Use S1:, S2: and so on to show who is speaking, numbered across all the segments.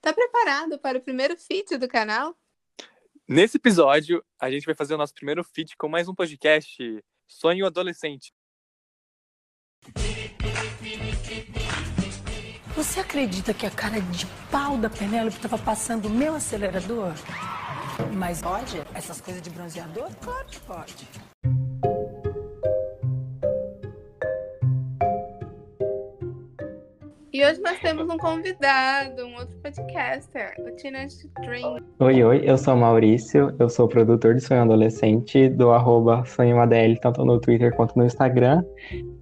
S1: Tá preparado para o primeiro feat do canal?
S2: Nesse episódio, a gente vai fazer o nosso primeiro feat com mais um podcast, Sonho Adolescente.
S3: Você acredita que a cara de pau da Penélope estava passando o meu acelerador? Mas pode? Essas coisas de bronzeador? Claro que pode.
S1: E hoje nós temos um convidado, um outro podcaster, o Teenage Dream.
S4: Oi, oi, eu sou o Maurício, eu sou produtor de Sonho Adolescente, do arroba SonhoADL, tanto no Twitter quanto no Instagram.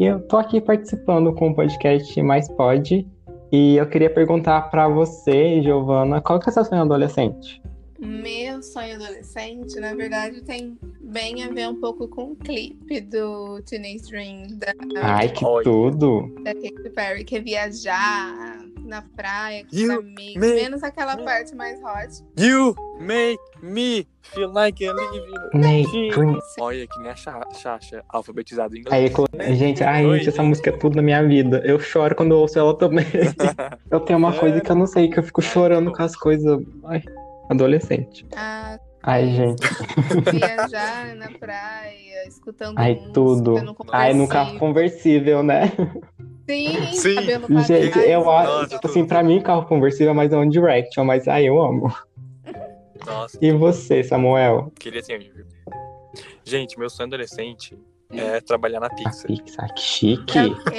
S4: E eu tô aqui participando com o podcast Mais Pode. E eu queria perguntar pra você, Giovana, qual que é seu sonho adolescente?
S1: Meu sonho adolescente, na verdade, tem bem a ver um pouco com o clipe do Teenage Dream da,
S4: Ai, que
S2: Olha.
S4: tudo!
S1: da Katy Perry, que é viajar na praia com os
S2: You
S1: amigos,
S2: make
S1: menos aquela
S2: me-
S1: parte mais hot.
S2: You make me feel like a living.
S4: Make me-
S2: Olha, que nem a Cha- Chacha, alfabetizada em inglês.
S4: Aí, co- gente, ai, gente, essa música é tudo na minha vida. Eu choro quando eu ouço ela também. Eu tenho uma coisa que eu não sei, que eu fico chorando com as coisas. Ai, adolescente.
S1: Ah,
S4: Ai, gente.
S1: viajar na praia, escutando
S4: Ai,
S1: música,
S4: tudo.
S1: no
S4: Ai, no
S1: conversível.
S4: carro conversível, né?
S1: Sim,
S2: Sim.
S1: cabelo
S4: Gente,
S1: pra trás.
S4: eu
S2: Nossa,
S4: acho, tipo assim, pra mim carro conversível é mais um direction, mas ai, eu amo.
S2: Nossa,
S4: E você, Samuel?
S2: queria ter. viu? Gente, meu sonho adolescente é trabalhar na
S4: A
S2: Pixar.
S4: Pixar, que chique.
S1: É o quê?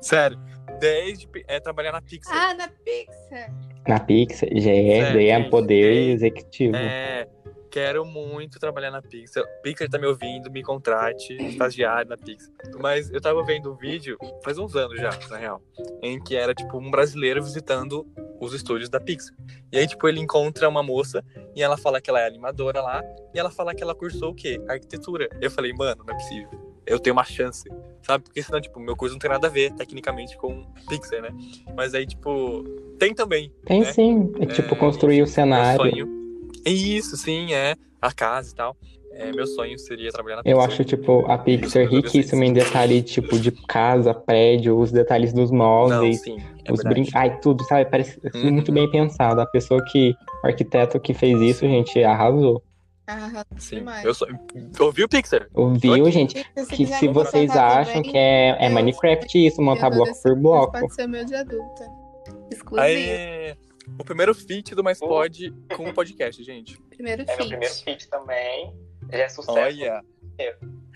S2: Sério, desde pe- é trabalhar na Pixar.
S1: Ah, na Pixar.
S4: Na Pixar,
S2: Sério,
S4: GE, é
S2: gente,
S4: poder
S2: é-
S4: executivo.
S2: É, quero muito trabalhar na Pixar. Pixar tá me ouvindo, me contrate, estagiário na Pixar. Mas eu tava vendo um vídeo, faz uns anos já, na real, em que era tipo um brasileiro visitando os estúdios da Pixar. E aí, tipo, ele encontra uma moça e ela fala que ela é animadora lá e ela fala que ela cursou o quê? Arquitetura. Eu falei, mano, não é possível. Eu tenho uma chance, sabe? Porque senão, tipo, meu curso não tem nada a ver, tecnicamente, com Pixar, né? Mas aí, tipo, tem também.
S4: Tem
S2: É.
S4: sim, é tipo construir
S2: Meu
S4: o cenário.
S2: sonho. É Isso, sim, é. A casa e tal. É, meu sonho seria trabalhar na
S4: Eu
S2: Pixar.
S4: acho, tipo, a Pixar
S2: Isso, meu
S4: riquíssima em detalhe, tipo, de casa, prédio, os detalhes dos
S2: Não,
S4: móveis,
S2: sim. É
S4: os
S2: verdade.
S4: brinquedos. Ai, tudo, sabe? Parece assim,
S2: Uhum.
S4: muito bem pensado. A pessoa que, o arquiteto que fez isso, gente, arrasou.
S1: Ah,
S2: Sim.
S1: demais.
S2: Meu sonho. Ouviu, Pixar?
S4: Ouviu,
S2: Aqui.
S4: gente?
S1: Pixar,
S4: que
S1: quiser
S4: se
S1: montar
S4: vocês
S1: casa
S4: acham
S1: bem,
S4: que é, é
S1: eu-
S4: Minecraft isso, montar
S1: eu
S4: bloco
S1: adolescente,
S4: por
S1: mas
S5: É
S4: bloco.
S1: Pode ser meu de adulta. Exclusivo.
S2: Aê! O primeiro feat do Mais Pod com o podcast, gente.
S1: Primeiro
S5: É meu primeiro
S1: feat.
S5: feat também. Já é sucesso.
S2: Olha.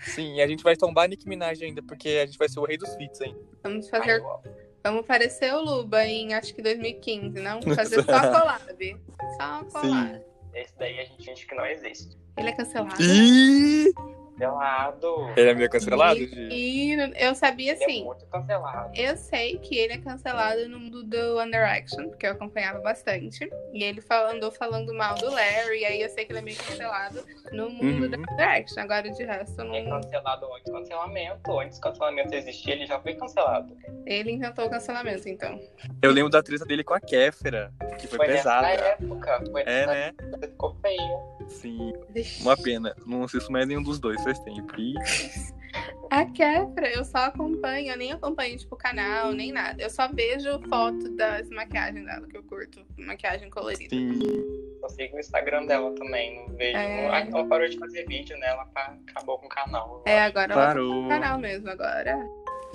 S2: Sim, e a gente vai tombar Nick Minaj ainda, porque a gente vai ser o rei dos feats, hein?
S1: Vamos
S5: Ai,
S1: fazer.
S5: eu amo.
S1: Vamos parecer o Luba em acho que 2015, não? Fazer só collab. Só collab.
S5: Esse daí a gente finge que não existe.
S1: Ele é cancelado.
S2: Ih!
S5: Cancelado.
S2: Ele é meio cancelado, gente.
S1: Mentira. Eu sabia
S5: Ele é
S1: sim.
S5: muito cancelado.
S1: Eu sei que ele é cancelado no mundo do Under Action, porque eu acompanhava bastante. E ele fal- andou falando mal do Larry, e aí eu sei que ele é meio cancelado no mundo
S2: Uhum.
S1: da Under Action. Agora, de resto, eu
S5: É
S1: não...
S5: cancelado antes do cancelamento. Antes do cancelamento existir, ele já foi cancelado.
S1: ele inventou o cancelamento, então.
S2: Eu lembro da treta dele com a Kéfera, que foi, pesada.
S5: nessa época. Foi
S2: É,
S5: nessa
S2: né?
S5: época que ficou feio.
S2: Sim.
S1: Vixe.
S2: Uma pena. Não sei se mais nenhum dos dois faz tempo. Ih.
S1: A Kefra, eu só acompanho, eu nem acompanho, tipo, canal, nem nada. Eu só vejo foto das maquiagens dela, que eu curto. Maquiagem colorida.
S2: Sim.
S5: Só sigo o Instagram dela também. Não vejo.
S1: É.
S5: Ai, ela parou de fazer vídeo, né? Ela pa- acabou com o canal.
S1: É, agora ela
S2: Parou.
S1: tá no canal mesmo, agora.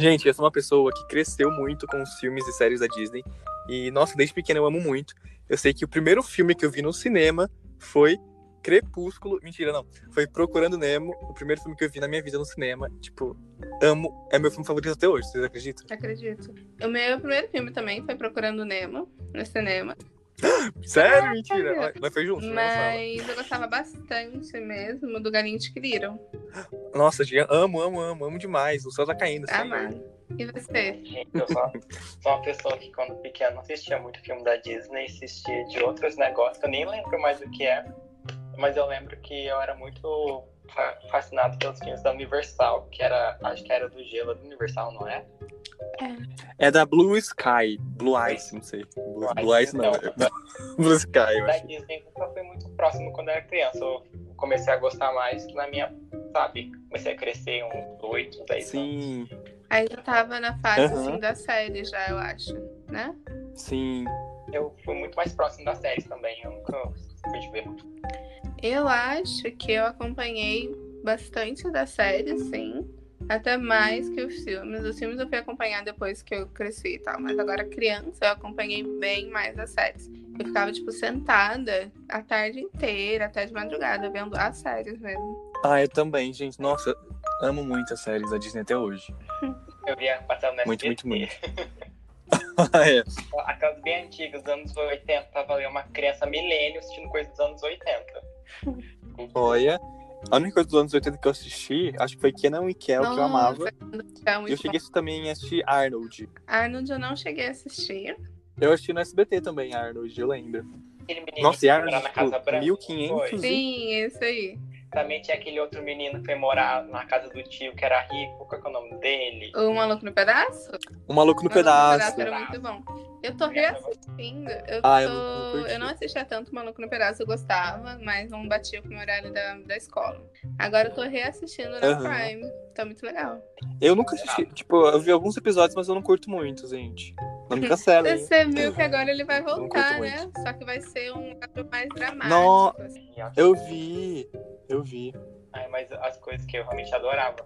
S2: Gente, eu sou uma pessoa que cresceu muito com os filmes e séries da Disney. E, nossa, desde pequeno eu amo muito. Eu sei que o primeiro filme que eu vi no cinema foi Crepúsculo. Mentira, não. Foi Procurando Nemo. O primeiro filme que eu vi na minha vida no cinema. Tipo, amo. É meu filme favorito até hoje, vocês acreditam?
S1: Acredito. O meu primeiro filme também foi Procurando Nemo, no cinema.
S2: Sério? Mentira. Olha, Nós foi junto, né?
S1: Mas eu gostava bastante mesmo do Galinho Te Queriram.
S2: Nossa, gente, amo, amo, amo, amo demais. O céu tá caindo. Senhor.
S1: Amado. E você?
S5: Gente, eu só sou uma pessoa que quando pequena assistia muito filme da Disney, assistia de outros negócios, que eu nem lembro mais o que é, mas eu lembro que eu era muito fa- fascinado pelos filmes da Universal, que era, acho que era do gelo do Universal, não é?
S2: É da Blue Sky. Blue Ice, não sei. Blue, Blue Ice não. né?
S5: Então,
S2: Blue Sky, eu
S5: da
S2: acho.
S5: Disney nunca foi muito próximo quando eu era criança, eu comecei a gostar mais na minha, sabe, comecei a crescer uns 8, 10 anos.
S2: Sim.
S1: Aí eu tava na fase
S2: Aham.
S1: assim, da série já, eu acho, né?
S2: Sim.
S4: eu fui muito mais próximo das séries também. Eu nunca fui de ver muito.
S1: Eu acho que eu acompanhei bastante da série, sim. Até mais que os filmes. Os filmes eu fui acompanhar depois que eu cresci e tal. Mas agora, criança, eu acompanhei bem mais as séries. Eu ficava, tipo, sentada a tarde inteira, até de madrugada, vendo as séries mesmo.
S2: Ah, eu também, gente. Nossa, amo muito as séries da Disney até hoje.
S4: Eu via passar no
S2: Muito, muito,
S4: SBT.
S2: muito. é.
S4: Aquelas bem antigas, dos anos 80, tava ali uma criança milênio assistindo coisa dos anos 80.
S2: Olha, a única coisa dos anos 80 que eu assisti, acho que foi Kenan e Kel, É que eu amava.
S1: Tá
S2: E eu
S1: muito bom.
S2: cheguei também a assistir Arnold.
S1: Arnold eu não cheguei a assistir.
S2: Eu assisti no SBT também, Arnold, eu lembro.
S4: Aquele menino
S2: Nossa, e
S4: que foi morar
S2: Arnold,
S4: na Casa
S2: tipo,
S4: Branca.
S2: 1500
S4: foi.
S1: Sim, esse aí.
S4: Também tinha aquele outro menino que foi morar na casa do tio, que era rico, qual que é o nome dele?
S1: O Maluco no Pedaço?
S2: O Maluco no
S1: Maluco
S2: Pedaço.
S1: Era muito bom. Eu tô reassistindo. Eu,
S2: Ah, eu
S1: tô-
S2: não
S1: eu,
S2: curti.
S1: não assistia tanto Maluco no Pedaço, eu gostava, mas não batia com o meu horário da, da escola. Agora eu tô reassistindo na
S2: Aham.
S1: Prime. Tá muito legal.
S2: Eu nunca assisti, tipo, eu vi alguns episódios, mas eu não curto muito, gente. Não me cancela, hein?
S1: Você viu que agora ele vai
S2: curto
S1: voltar, né? Só que vai ser um lado mais dramático.
S2: Nó-
S1: assim.
S2: Eu vi, eu vi.
S4: Ai, mas as coisas que eu realmente adorava.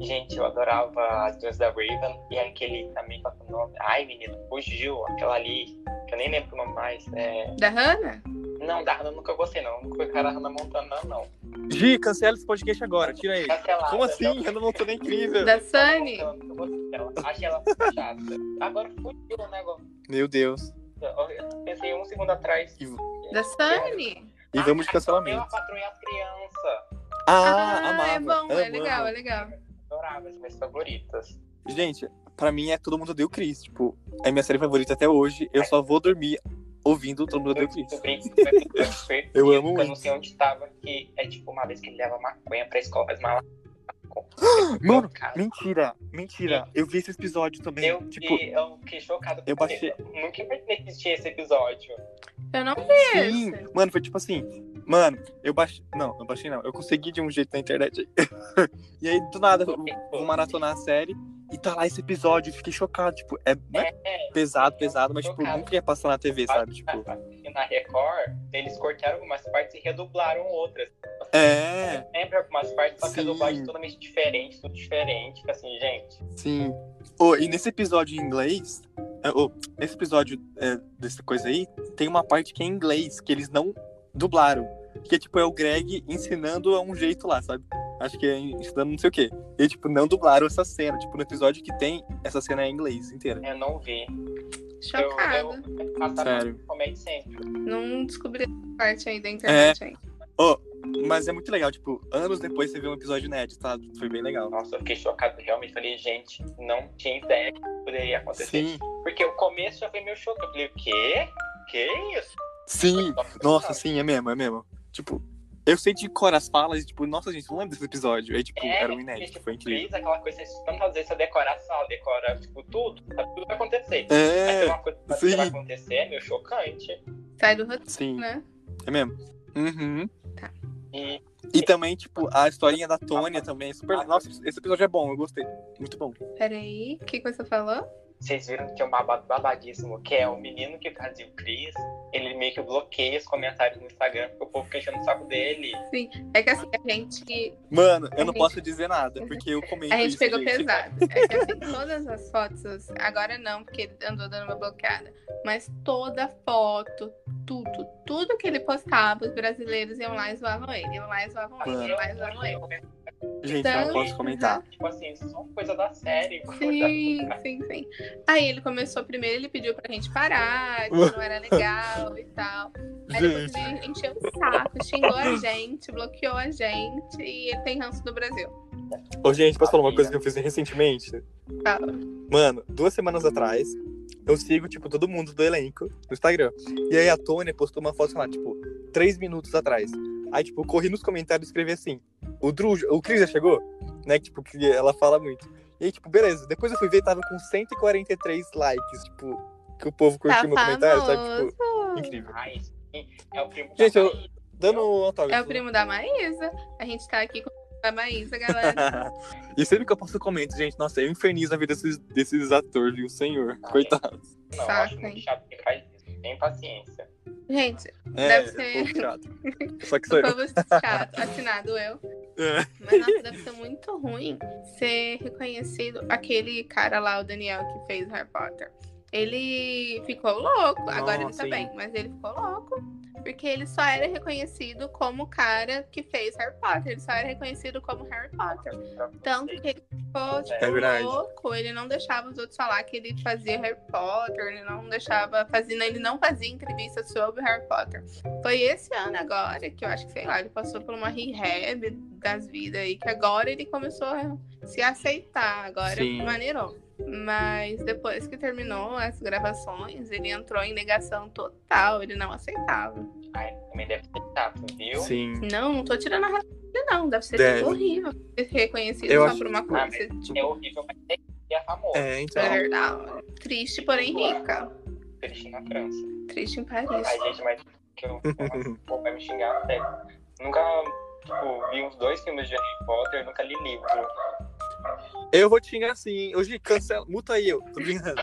S4: Gente, eu adorava as duas da Raven e aquele também com o nome. Ai, menino, fugiu, aquela ali, que eu nem lembro o nome mais. É...
S1: Da Hannah?
S4: Não, da Hannah eu nunca gostei, não. Nunca fui cara da Hannah Montana, não.
S2: Gi, cancela esse podcast agora, tira ele.
S4: Cancelada.
S2: Como assim? Eu não tô nem incrível.
S1: Da
S4: Hannah
S1: Sunny?
S4: Montana, nunca gostei dela. Achei ela chata. Agora fugiu o negócio.
S2: Meu Deus.
S4: Eu pensei um segundo atrás.
S2: E-
S1: Da Sunny?
S2: E vamos de
S4: Eu
S2: cancelamento.
S4: patroei as crianças.
S2: Ah, amava.
S1: é bom, é
S2: amava.
S1: legal, é legal.
S4: Adorava as minhas favoritas.
S2: Gente, pra mim é Todo Mundo Deu Cris. Tipo, é minha série favorita até hoje. Eu só vou dormir ouvindo Todo Mundo Deu
S4: Eu
S2: Cris.
S4: descobri que foi muito perfeito,
S2: Eu amo
S4: que Eu não
S2: muito.
S4: sei onde tava, que é tipo uma vez que ele leva maconha pra escola, faz uma
S2: Mano,
S4: Chocado.
S2: mentira, mentira. Eu vi esse episódio também.
S4: Eu,
S2: tipo,
S4: que, eu fiquei chocado com
S2: eu baixei-
S4: isso. Nunca imaginei que existia esse episódio.
S1: Eu não vi
S2: sim.
S1: esse.
S2: Mano, foi tipo assim. Mano, eu baixei. Não, eu baixei não. Eu consegui de um jeito na internet. e aí, do nada, eu vou maratonar a série. E tá lá esse episódio. Eu fiquei chocado. Tipo, é, não é
S4: É,
S2: pesado, pesado, mas tipo,
S4: Chocado.
S2: nunca ia passar na TV, sabe? Tipo,
S4: e na Record, eles cortaram algumas partes e redublaram outras.
S2: é.
S4: Sempre algumas partes, só que a
S2: Sim.
S4: dublagem é totalmente diferente, tudo diferente. Fica assim, gente.
S2: Sim. Oh, e nesse episódio em inglês, é, oh, nesse episódio é, dessa coisa aí, tem uma parte que é em inglês, que eles não dublaram. Que é tipo, é o Greg ensinando a um jeito lá, sabe? Acho que é ensinando não sei o quê. E tipo, não dublaram essa cena. Tipo, no episódio que tem, essa cena é em inglês inteira.
S4: Eu não vi. Eu,
S1: Chocada.
S4: eu passava
S2: Sério.
S4: comédia sempre.
S1: Não descobri essa parte aí da internet ainda.
S2: Mas é muito legal, tipo, anos depois você vê um episódio inédito, tá? Foi bem legal.
S4: Nossa, eu fiquei chocado realmente. Falei, gente, não tinha ideia que isso poderia acontecer.
S2: Sim,
S4: Porque o começo já foi meio chocante. Eu falei, o quê? Que isso?
S2: sim. Nossa, sim, é mesmo, é mesmo. Tipo, eu sei de cor as falas e, tipo, nossa, gente, não lembro desse episódio. Aí, tipo, era um inédito, foi incrível.
S4: É, Fez aquela coisa, vocês tantas vezes você decorar a sala, decorar, tipo, tudo, sabe? Tudo vai acontecer. Mas tem
S2: É,
S4: uma coisa que
S2: sim.
S4: vai acontecer, é meio chocante.
S1: Sai do roteiro,
S2: sim,
S1: né?
S2: é mesmo. Uhum.
S4: E
S2: E também, tipo, a historinha da Tônia também é super. Nossa, esse episódio é bom, eu gostei. Muito bom.
S1: Peraí, o que, que você falou?
S4: vocês viram que tem um babado babadíssimo, que é o menino que fazia o Chris, ele meio que bloqueia os comentários no Instagram, porque o povo fica enchendo o saco dele.
S1: É que assim, a gente,
S2: Mano,
S1: A
S2: eu não
S1: É gente-
S2: posso dizer nada, porque eu comento.
S1: a gente
S2: isso,
S1: pegou pesado. É que assim, todas as fotos, agora não, porque ele andou dando uma bloqueada, mas toda foto, tudo, tudo que ele postava, os brasileiros iam lá e zoavam ele, iam lá e zoavam ele, iam lá e zoavam ele.
S2: Gente, eu não
S1: Então,
S2: posso comentar.
S4: Tipo assim, só coisa da série.
S1: Sim, sim, sim. Aí ele começou primeiro, ele pediu pra gente parar, que não era legal e tal. Aí depois
S2: Gente.
S1: ele encheu o saco, xingou a gente, bloqueou a gente e ele tem ranço do Brasil.
S2: Ô, gente, posso falar uma coisa que eu fiz recentemente?
S1: Fala.
S2: Mano, duas semanas atrás, eu sigo, tipo, todo mundo do elenco no Instagram. E aí a Tônia postou uma foto, sei lá, tipo, três minutos atrás. Aí, tipo, eu corri nos comentários e escrevi assim: o Drew, o Cris já chegou? Né? que, Tipo, que ela fala muito. E aí, tipo, beleza. Depois eu fui ver, tava com 143 likes, tipo, que o povo curtiu meu comentário, sabe?
S1: Tá famoso.
S2: Tipo, incrível.
S4: Ai, sim. É o primo
S2: Gente,
S4: da
S2: eu-
S4: Thaís.
S2: Dando um autógrafo.
S1: É o primo da Maísa. A gente tá aqui com a Maísa, galera.
S2: e sempre que eu posso comento, gente, nossa, eu infernizo a vida desses, desses atores, viu? Senhor,
S4: Ai.
S2: coitado.
S4: Não, eu
S1: Saco,
S4: acho muito
S1: hein?
S4: chato quem faz isso. Tem paciência.
S1: Gente,
S2: É,
S1: Deve ser.
S2: um pouco chato. Só que sou
S1: foi
S2: eu.
S1: chato, assinado eu.
S2: É.
S1: Mas nossa, deve ser muito ruim ser reconhecido. Aquele cara lá, o Daniel, que fez Harry Potter. Ele ficou louco, agora ele
S2: Nossa,
S1: tá
S2: sim.
S1: bem, mas ele ficou louco. Porque ele só era reconhecido como o cara que fez Harry Potter. Ele só era reconhecido como Harry Potter. Tanto que ele ficou tipo,
S2: É verdade.
S1: louco, ele não deixava os outros falar que ele fazia Harry Potter, ele não deixava fazendo, ele não fazia entrevista sobre Harry Potter. Foi esse ano agora que eu acho que, sei lá, ele passou por uma rehab das vidas aí, que agora ele começou a se aceitar, agora
S2: Sim.
S1: maneirou. Mas depois que terminou as gravações, ele entrou em negação total, ele não aceitava.
S4: Ai, também deve ser chato, viu?
S2: Sim.
S1: Não, não tô tirando a razão dele, não. Deve ser
S2: Deve.
S1: horrível ser reconhecido
S2: Eu
S1: só
S2: acho- tipo,
S1: por uma
S4: Ah,
S1: coisa.
S4: É horrível, mas é, e é famoso.
S2: É, então.
S1: É verdade. Triste, porém rica.
S4: Cristina França.
S1: Triste em Paris.
S4: Ai, gente, mas que eu, o povo vai me xingar até. Nunca, tipo, vi uns dois filmes de Harry Potter, nunca li livro.
S2: Eu vou te xingar assim, hein? Hoje cancela. Muta aí eu. Tô brincando.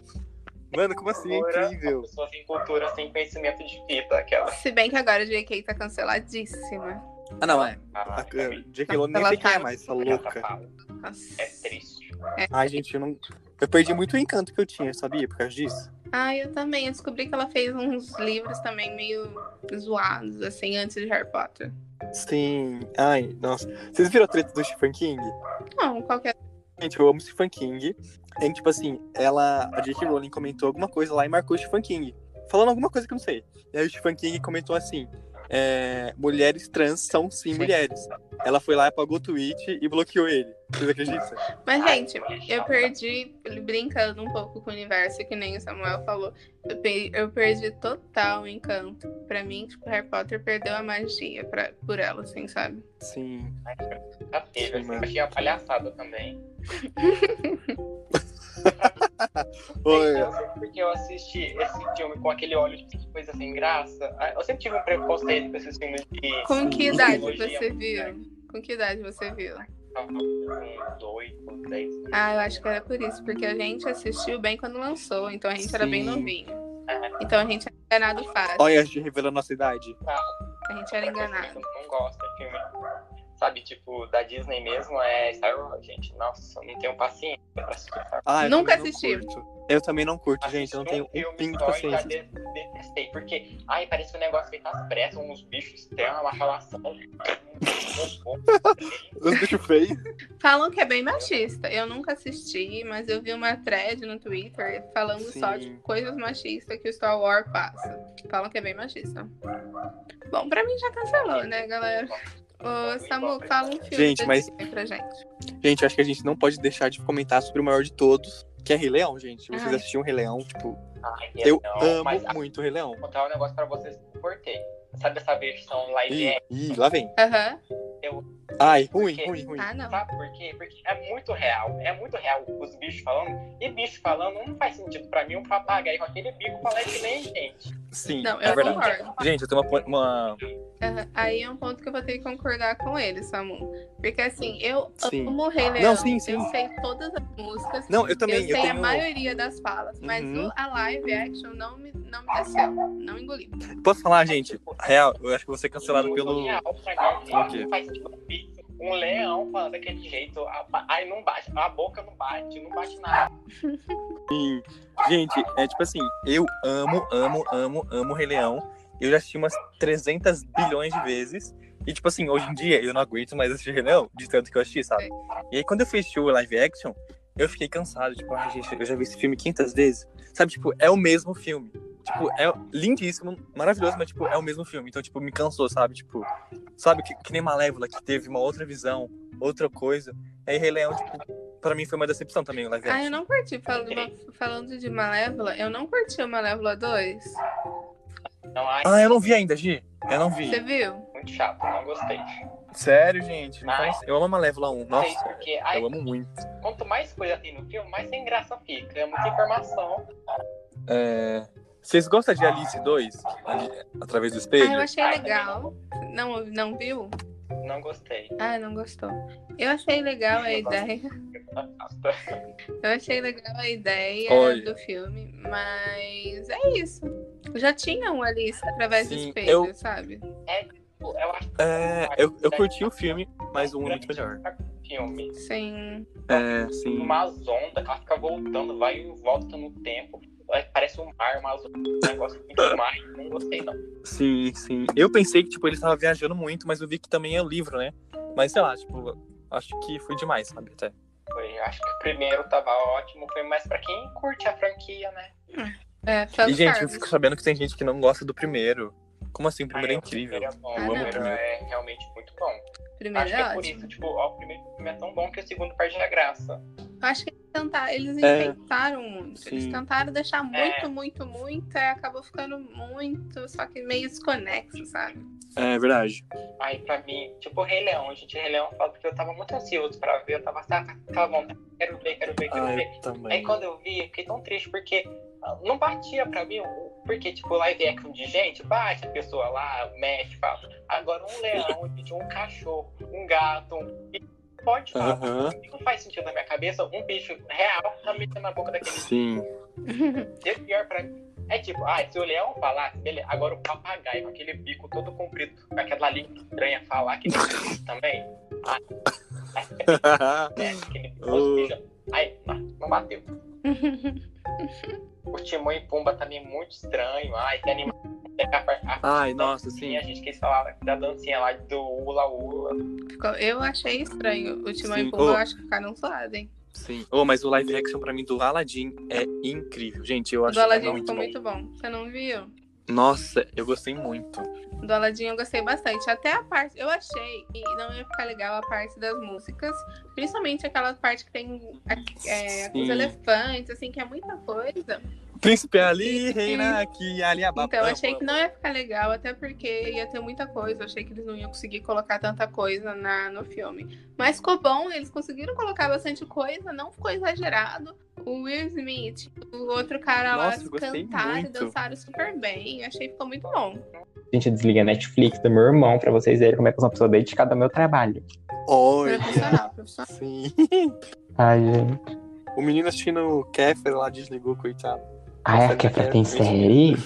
S2: Mano, como assim? É
S4: Agora,
S2: incrível.
S4: uma pessoa sem cultura, sem conhecimento de vida, aquela.
S1: Se bem que agora a JK tá canceladíssima.
S2: Ah, não, é.
S4: Ah,
S2: A
S4: pra mim,
S2: Jake Lone nem sei
S1: tá
S2: quem é mais, essa
S4: ela
S2: louca.
S4: fala.
S1: Nossa.
S4: É triste.
S2: Ai, gente, eu não. Eu perdi muito o encanto que eu tinha, sabia? Por causa disso.
S1: Ah, eu também. Eu descobri que ela fez uns livros também meio zoados, assim, antes de Harry Potter.
S2: Sim. Ai, nossa. Vocês viram a treta do Stephen King?
S1: Não, qualquer.
S2: Gente, eu amo Stephen King. E, tipo assim, ela. A J.K. Rowling comentou alguma coisa lá e marcou o Stephen King. Falando alguma coisa que eu não sei. E aí o Stephen King comentou assim: é, mulheres trans são sim, mulheres. Ela foi lá, apagou o tweet e bloqueou ele. Vocês acreditam?
S1: Mas,
S4: Ai,
S1: gente,
S4: mulher
S1: eu
S4: chata.
S1: perdi, brincando um pouco com o universo, que nem o Samuel falou. Eu pe- eu perdi total o encanto. Pra mim, tipo, Harry Potter perdeu a magia pra, por ela, assim, sabe?
S2: Sim.
S4: Ai, Já teve,
S2: Sim,
S4: assim,
S2: mano.
S4: achei uma palhaçada também.
S2: Oi.
S4: Então,
S1: Então,
S4: Eu sei porque eu assisti esse filme com aquele olho de coisa sem graça. Ah, Eu sempre tive um preconceito com esses filmes de.
S1: Com que
S4: de
S1: idade
S4: trilogia,
S1: você
S4: né?
S1: viu? Com que idade você viu?
S4: Tava com dois, com dez.
S1: Ah, eu acho que era por isso, porque a gente assistiu bem quando lançou, então a gente era bem
S2: Sim.
S1: novinho.
S4: É.
S1: Então a gente era enganado fácil.
S2: Olha, a gente revelando a nossa idade.
S1: A gente era enganado.
S4: Não gosta de filme. Sabe, tipo, da Disney mesmo é Star Wars, gente. Nossa, eu não tenho paciência pra assistir Star Wars.
S2: Ah, eu
S1: Nunca
S2: também não
S1: assisti.
S2: curto. Eu também não curto, Ah, gente. Eu não tenho
S4: Assisti
S2: um pingo de
S4: só e já
S2: paciência.
S4: de- detestei, porque, ai, parece que o negócio feito às pressas, uns bichos estranhos, uma relação.
S2: Os bichos feios.
S1: Falam que é bem machista. Eu nunca assisti, mas eu vi uma thread no Twitter falando só de
S2: Sim.
S1: coisas machistas que o Star Wars passa. Falam que é bem machista. Bom, pra mim já cancelou, né, galera? Ô, Samu, fala um filme
S2: Gente,
S1: da
S2: mas-
S1: Disney pra gente.
S2: Gente, eu acho que a gente não pode deixar de comentar sobre o maior de todos, que é Rei Leão, gente. Vocês
S1: Ai.
S2: assistiam Rei Leão, tipo,
S4: Ai,
S2: eu
S4: não,
S2: amo
S4: mas ah,
S2: muito Rei Leão.
S4: vou contar um negócio pra vocês que eu cortei. Sabe essa versão live
S2: Ih,
S4: action?
S2: ih, lá vem.
S1: Aham.
S2: Ai, ruim,
S4: é. Porque-
S2: ruim,
S4: tá.
S2: ruim.
S1: Ah, não.
S4: Sabe por quê? Porque é muito real. É muito real os bichos falando. E bicho falando não faz sentido pra mim um papagaio com aquele bico falar que nem gente.
S2: Sim,
S1: Não,
S2: é
S1: eu
S2: verdade.
S1: concordo.
S2: Gente, eu tenho uma, uma-
S1: Aham, Aí é um ponto que eu vou ter que concordar com ele, Samu. Porque assim, eu
S2: Sim.
S1: amo o Rei Leão.
S2: Não, sim, sim.
S1: Eu sei todas as músicas.
S2: Não, eu também,
S1: eu
S2: eu,
S1: sei a
S2: tenho...
S1: maioria das falas. Mas
S2: Uhum.
S1: o- a live action não me, não me desceu. Não engoli.
S2: Posso falar, gente? Real, eu acho que vou ser cancelado pelo...
S4: Real, pra mim,
S2: Por quê?
S4: não faz sentido. Um leão falando daquele jeito. a- a- Aí não bate. A boca não bate. Não bate nada.
S2: Sim. Gente, é tipo assim, eu amo, amo, amo, amo Rei Leão. Eu já assisti umas 300 bilhões de vezes. E tipo assim, hoje em dia eu não aguento mais assistir Rei Leão, de tanto que eu assisti,
S1: É.
S2: sabe? E aí quando eu fui assistir o live action, eu fiquei cansado. Tipo, ai gente, eu já vi esse filme 500 vezes. Sabe, tipo, é o mesmo filme. Tipo, é lindíssimo, maravilhoso, mas tipo, é o mesmo filme. Então, tipo, me cansou, sabe? Tipo, sabe, que, que nem Malévola, que teve uma outra visão, outra coisa. Aí Rei Leão, tipo, pra mim foi uma decepção também o live action.
S1: Ah, eu não curti. Falando, falando de Malévola, eu não curti o Malévola 2.
S4: Não, ai,
S2: Ah, eu não vi ainda, Gi. Eu não
S1: Você
S2: vi.
S1: viu?
S4: Então, muito chato. Não gostei.
S2: Sério, gente? me
S4: Ah.
S2: faz- Eu amo a Malévola 1.
S4: Não sei
S2: Nossa,
S4: porque. Ai,
S2: eu amo muito.
S4: quanto mais coisa tem no filme, mais sem graça fica. É muita informação.
S2: É, Vocês gostam de Alice 2? Ali- Através
S1: Ah,
S2: do
S1: eu
S2: espelho?
S1: achei
S4: Ah,
S1: legal. Não, não viu?
S4: Não gostei.
S1: Ah, não gostou. Eu achei legal a ideia. Eu achei legal a ideia
S2: Olha.
S1: do filme, mas é isso. Já tinha um Alice através do
S2: Sim,
S1: espelho,
S2: eu-
S1: sabe?
S5: Eu acho que
S2: É, eu, eu curti o filme, mas o um é muito melhor.
S5: filme.
S1: Sim.
S2: É, sim.
S5: Uma onda, ela fica voltando, vai e volta no tempo. É, Parece um mar, uma zona, um negócio muito mar. Não gostei, não.
S2: Sim, sim. Eu pensei que, tipo, ele estava viajando muito, mas eu vi que também é o livro, né? Mas sei lá, tipo, acho que foi demais, sabe? Até.
S5: Foi, acho que o primeiro tava ótimo, foi mais pra quem curte a franquia, né?
S1: É, fã
S2: E, gente, eu fico sabendo que tem gente que não gosta do primeiro. Como assim? O primeiro é
S5: Ah,
S2: incrível.
S5: O primeiro é bom,
S1: Ah,
S5: o
S1: não.
S5: primeiro é realmente muito bom.
S1: Primeiro
S5: acho que é
S1: é
S5: por
S1: ótimo.
S5: isso, tipo, ó, o primeiro filme é tão bom que o segundo perde a graça.
S1: Eu acho que eles tentaram, eles
S2: É.
S1: inventaram muito. Eles
S2: Sim.
S1: tentaram deixar muito,
S5: É.
S1: muito, muito, aí acabou ficando muito, só que meio desconexo, sabe?
S2: É verdade.
S5: Aí pra mim, tipo, Rei Leão, gente, Rei Leão fala porque eu tava muito ansioso pra ver, eu tava assim, ah, tá bom, quero ver, quero ver, quero
S2: Ah,
S5: ver.
S2: eu também.
S5: Aí
S4: é
S5: quando eu vi, eu fiquei tão triste porque ah, não batia pra mim, porque, tipo, live action de gente, bate a pessoa lá, mexe, fala. Agora um leão, gente, um cachorro, um gato, um. Pode falar.
S2: Aham.
S5: Não faz sentido na minha cabeça um bicho real tá metendo na boca daquele
S2: Sim.
S5: E o pior pra mim é tipo, ah, se o leão falar, beleza. Agora o papagaio, com aquele bico todo comprido, com aquela língua estranha, falar que tem também. Ah, é, aquele bico,
S2: Oh.
S5: bicho. Aí, não, tá, não bateu. O Timão e Pumba também é muito estranho. Ai, esse animal. A,
S2: Ai, nossa, sim.
S1: é.
S5: a gente quis falar da dancinha lá do Ula Ula.
S1: Ficou- eu achei estranho. O Timão
S2: Sim.
S1: e Pumba,
S2: Ô.
S1: eu acho que ficaram zoados, hein?
S2: Sim. Oh, mas o live action pra mim do Aladdin é incrível. Gente, eu
S1: O
S2: acho
S1: do Aladdin
S2: muito
S1: ficou
S2: bom.
S1: muito bom. Você não viu?
S2: Nossa, eu gostei muito.
S1: Do Aladdin eu gostei bastante. Até a parte. Eu achei que não ia ficar legal a parte das músicas. Principalmente aquela parte que tem a- é, com os
S2: Sim.
S1: elefantes, assim, que é muita coisa.
S2: Príncipe Ali, reina aqui, ali abaixo.
S1: Então eu achei que não ia ficar legal, até porque ia ter muita coisa. Eu achei que eles não iam conseguir colocar tanta coisa na, no filme. Mas ficou bom, eles conseguiram colocar bastante coisa, não ficou exagerado. O Will Smith, o outro cara
S2: Nossa, eu
S1: lá
S2: gostei
S1: cantaram e
S2: muito.
S1: dançaram super bem. Eu achei que ficou muito bom.
S4: Gente, eu desliguei a Netflix do meu irmão pra vocês verem como é que eu sou uma pessoa dedicada ao meu trabalho.
S2: Olha.
S1: Profissional, profissional.
S2: Sim.
S4: Ai, gente.
S2: O menino assistindo o Kéfer lá desligou, coitado.
S4: Ah, é que é pra- tem série?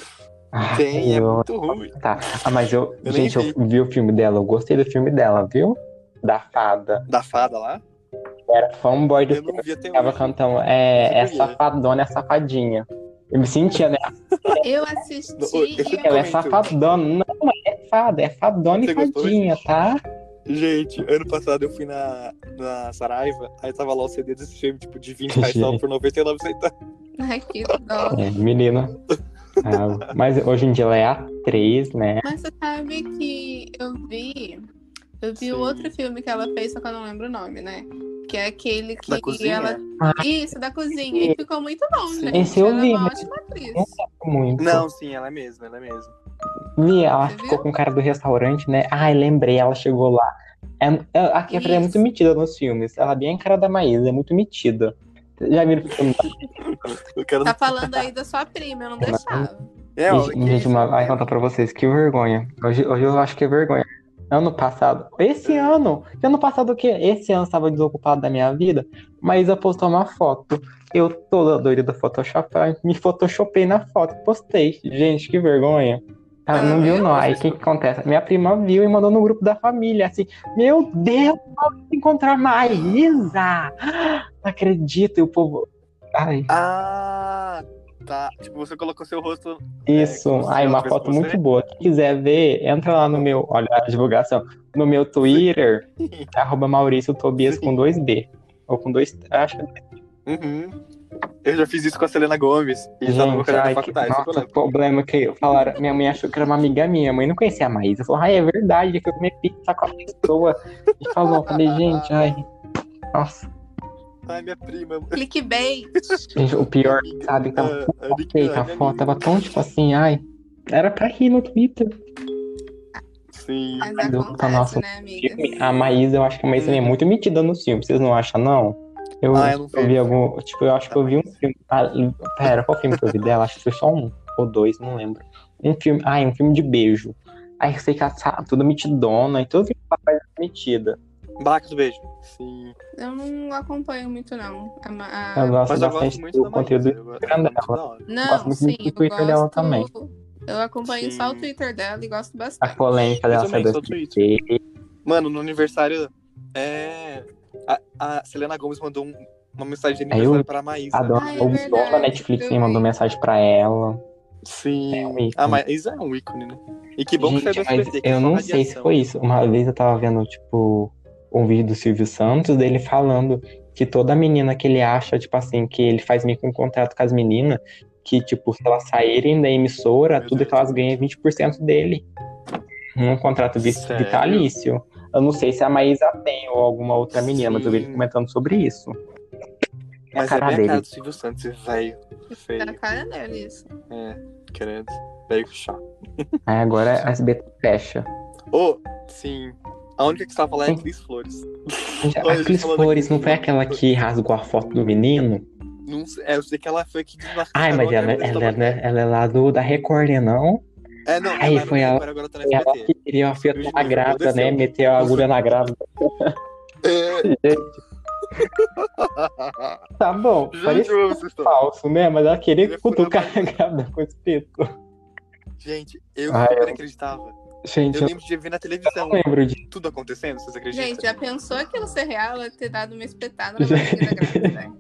S4: Ah,
S2: Tem, é
S4: eu-
S2: muito ruim.
S4: Tá. Ah, mas eu.
S2: Eu nem
S4: gente, eu vi o filme dela, eu gostei do filme dela, viu? Da fada.
S2: Da fada lá?
S4: Eu era fanboy do
S2: Eu não vi até
S4: Ficava
S2: hoje.
S4: cantando. É, é
S2: Sabia.
S4: safadona, é safadinha. Eu me sentia, né?
S1: Eu assisti
S2: Ô, esse
S1: e eu
S2: cara-
S4: Ela é
S2: Muito.
S4: safadona. Não, mas é fada, é fadona
S2: Você
S4: e
S2: gostou,
S4: fadinha, tá?
S2: Gente, ano passado eu fui na, na Saraiva, aí tava lá o CD desse filme, tipo, de 20 reais só por 99 centavos.
S1: Ai, que dó.
S4: É, menina. Ah, mas hoje em dia ela é atriz, né?
S1: Mas você sabe que eu vi. Eu vi
S2: Sim.
S1: o outro filme que ela fez, só que eu não lembro o nome, né? Que é aquele que
S2: Da cozinha? Ah.
S1: ela. Isso, da cozinha. E ficou muito bom,
S2: Sim.
S1: gente.
S4: Esse eu
S1: ela
S4: vi,
S1: é uma
S4: mas-
S1: ótima atriz.
S4: Não Muito.
S2: sim, ela é mesmo, ela é mesmo.
S4: Vi, ela
S1: Você
S4: ficou
S1: viu?
S4: com o cara do restaurante, né? Ai, lembrei, ela chegou lá. É, é, a Kefra é
S1: Isso.
S4: muito metida nos filmes. Ela é bem a cara da Maísa, é muito metida. Já viram o filme da
S2: Eu quero...
S1: Tá falando aí da sua prima, eu não deixava.
S2: É, ó, que
S4: Gente, gente,
S2: isso?
S4: mas vai contar pra vocês, que vergonha. Hoje, hoje eu acho que é vergonha. Ano passado, esse ano, que ano passado o quê? Esse ano eu estava desocupado da minha vida, Maísa postou uma foto. Eu toda doida do Photoshop, aí me photoshopei na foto, postei. Gente, que vergonha.
S2: Ah,
S4: Ela não viu não, aí o que que acontece? Minha prima viu e mandou no grupo da família, assim, meu Deus, vamos encontrar Maísa! Não acredito, e o povo... Ai,
S2: Ah, tá. Tipo, você colocou seu rosto
S4: Isso,
S2: como se
S4: aí
S2: ela
S4: uma
S2: tivesse
S4: foto
S2: É, com você.
S4: muito boa. Quem quiser ver, entra lá no meu, olha a divulgação, no meu Twitter, arroba Maurício Tobias com dois B. Ou com dois. Acho que
S2: Uhum. Eu já fiz isso com a Selena Gomes. E já tava
S4: gente,
S2: correndo na
S4: ai, que,
S2: faculdade. só que eu
S4: nossa,
S2: lembro.
S4: problema que falaram. Minha mãe achou que era uma amiga minha. Minha mãe não conhecia a Maísa. Falou, ai, é verdade, que eu comi pizza com a pessoa. E falou, falei, gente, ai. Nossa,
S2: Ai, minha prima.
S1: Clickbait.
S4: gente, o pior, então, sabe? Tava
S2: Ah, a Nick
S4: feita a
S2: Nunn,
S4: foto, tava tão tipo assim, ai. Era pra rir no Twitter.
S2: Sim.
S1: Mas
S4: Ai, do- tá,
S1: acontece,
S4: nossa,
S1: né, amiga?
S4: filme, a Maísa, eu acho que a Maísa é muito metida no filme, vocês não acham, não? Eu,
S2: Uhum. Ah, eu não Tá.
S4: eu
S2: vi.
S4: vi algum. Tipo, eu acho que eu vi um filme. Ah, pera, qual filme que eu vi dela? Acho que foi só um ou dois, não lembro. Um filme. Ah, é um filme de beijo. Aí eu sei que ela tá toda metidona e tudo que ela faz é metida.
S2: Barraca do beijo. Sim.
S1: Eu não acompanho muito, não. A ma- a-
S4: Eu gosto
S2: É, Mas eu gosto
S4: bastante
S2: muito
S4: do
S2: da Maísa,
S4: conteúdo.
S2: eu gosto
S4: Instagram
S2: muito da hora.
S1: Não,
S4: gosto muito
S1: sim,
S4: do
S1: eu
S4: Twitter dela
S1: gosto-
S4: também.
S1: Eu acompanho
S2: Sim.
S1: só o Twitter dela e gosto bastante.
S4: A polêmica
S2: Eu
S4: dela
S2: também,
S4: saiu
S2: só
S4: do
S2: Twitter. Mano, no aniversário. É. A, a Selena Gomes mandou um- uma mensagem de
S4: Aí É, eu-
S2: aniversário pra Maísa.
S4: A dona,
S1: Ai, é
S4: o
S1: verdade,
S4: dono da Netflix
S1: eu
S4: me mandou
S1: vi.
S4: mensagem pra ela.
S2: Sim.
S4: É um ícone.
S2: a Maísa é um ícone, né? E que bom que
S4: Gente,
S2: saiu do
S4: mas
S2: SBT. que é
S4: eu
S2: só
S4: não
S2: radiação.
S4: sei se foi isso. Uma vez eu tava vendo, tipo, um vídeo do Silvio Santos dele falando que toda menina que ele acha, tipo assim, que ele faz meio que um contrato com as meninas, que, tipo, se elas saírem da emissora,
S2: Meu
S4: tudo
S2: Deus.
S4: que elas ganham é 20% dele. Num contrato vi-
S2: Sério?
S4: vitalício. Eu não sei se a Maísa tem ou alguma outra menina, mas eu vi ele
S2: Sim.
S4: comentando sobre isso. É a
S2: Mas é
S4: cara
S2: bem a
S4: dele.
S2: cara do Silvio Santos, esse velho. Feio.
S1: Tá na cara dele isso.
S2: É, querendo. Velho chato.
S4: Aí agora a SBT fecha.
S2: Ô, sim. A única que estava lá é a Cris Flores. Olha,
S4: Gente, a
S2: Então, ele
S4: Cris
S2: falando
S4: Flores
S2: aqui.
S4: não foi aquela que rasgou a foto do menino?
S2: Não sei- é, eu sei que ela foi que desmarcou.
S4: Ai, mas ela, ela, ela, ela é lá do, da Record, né, não?
S2: É, não,
S4: Aí
S2: ela
S4: foi
S2: era-
S4: ela-
S2: agora tá na
S4: E Ela
S2: SBT.
S4: que queria afiar a
S2: Meu
S4: grávida,
S2: Deus do
S4: né?
S2: céu.
S4: Meteu a agulha na grávida. Gente,
S2: É.
S4: tá bom,
S2: Gente,
S4: parecia
S2: eu amo essa história.
S4: falso, né? Mas ela
S2: Ele
S4: queria
S2: é furado.
S4: cutucar a grávida com o espeto.
S2: Gente, eu
S4: Ai,
S2: super
S4: eu-
S2: acreditava.
S4: Gente,
S2: Eu
S4: eu
S2: lembro de ver na televisão
S4: não lembro disso.
S2: tudo acontecendo, vocês acreditam?
S1: Gente, já pensou aquilo ser real? Ela ter dado uma espetada na barriga da grávida. né?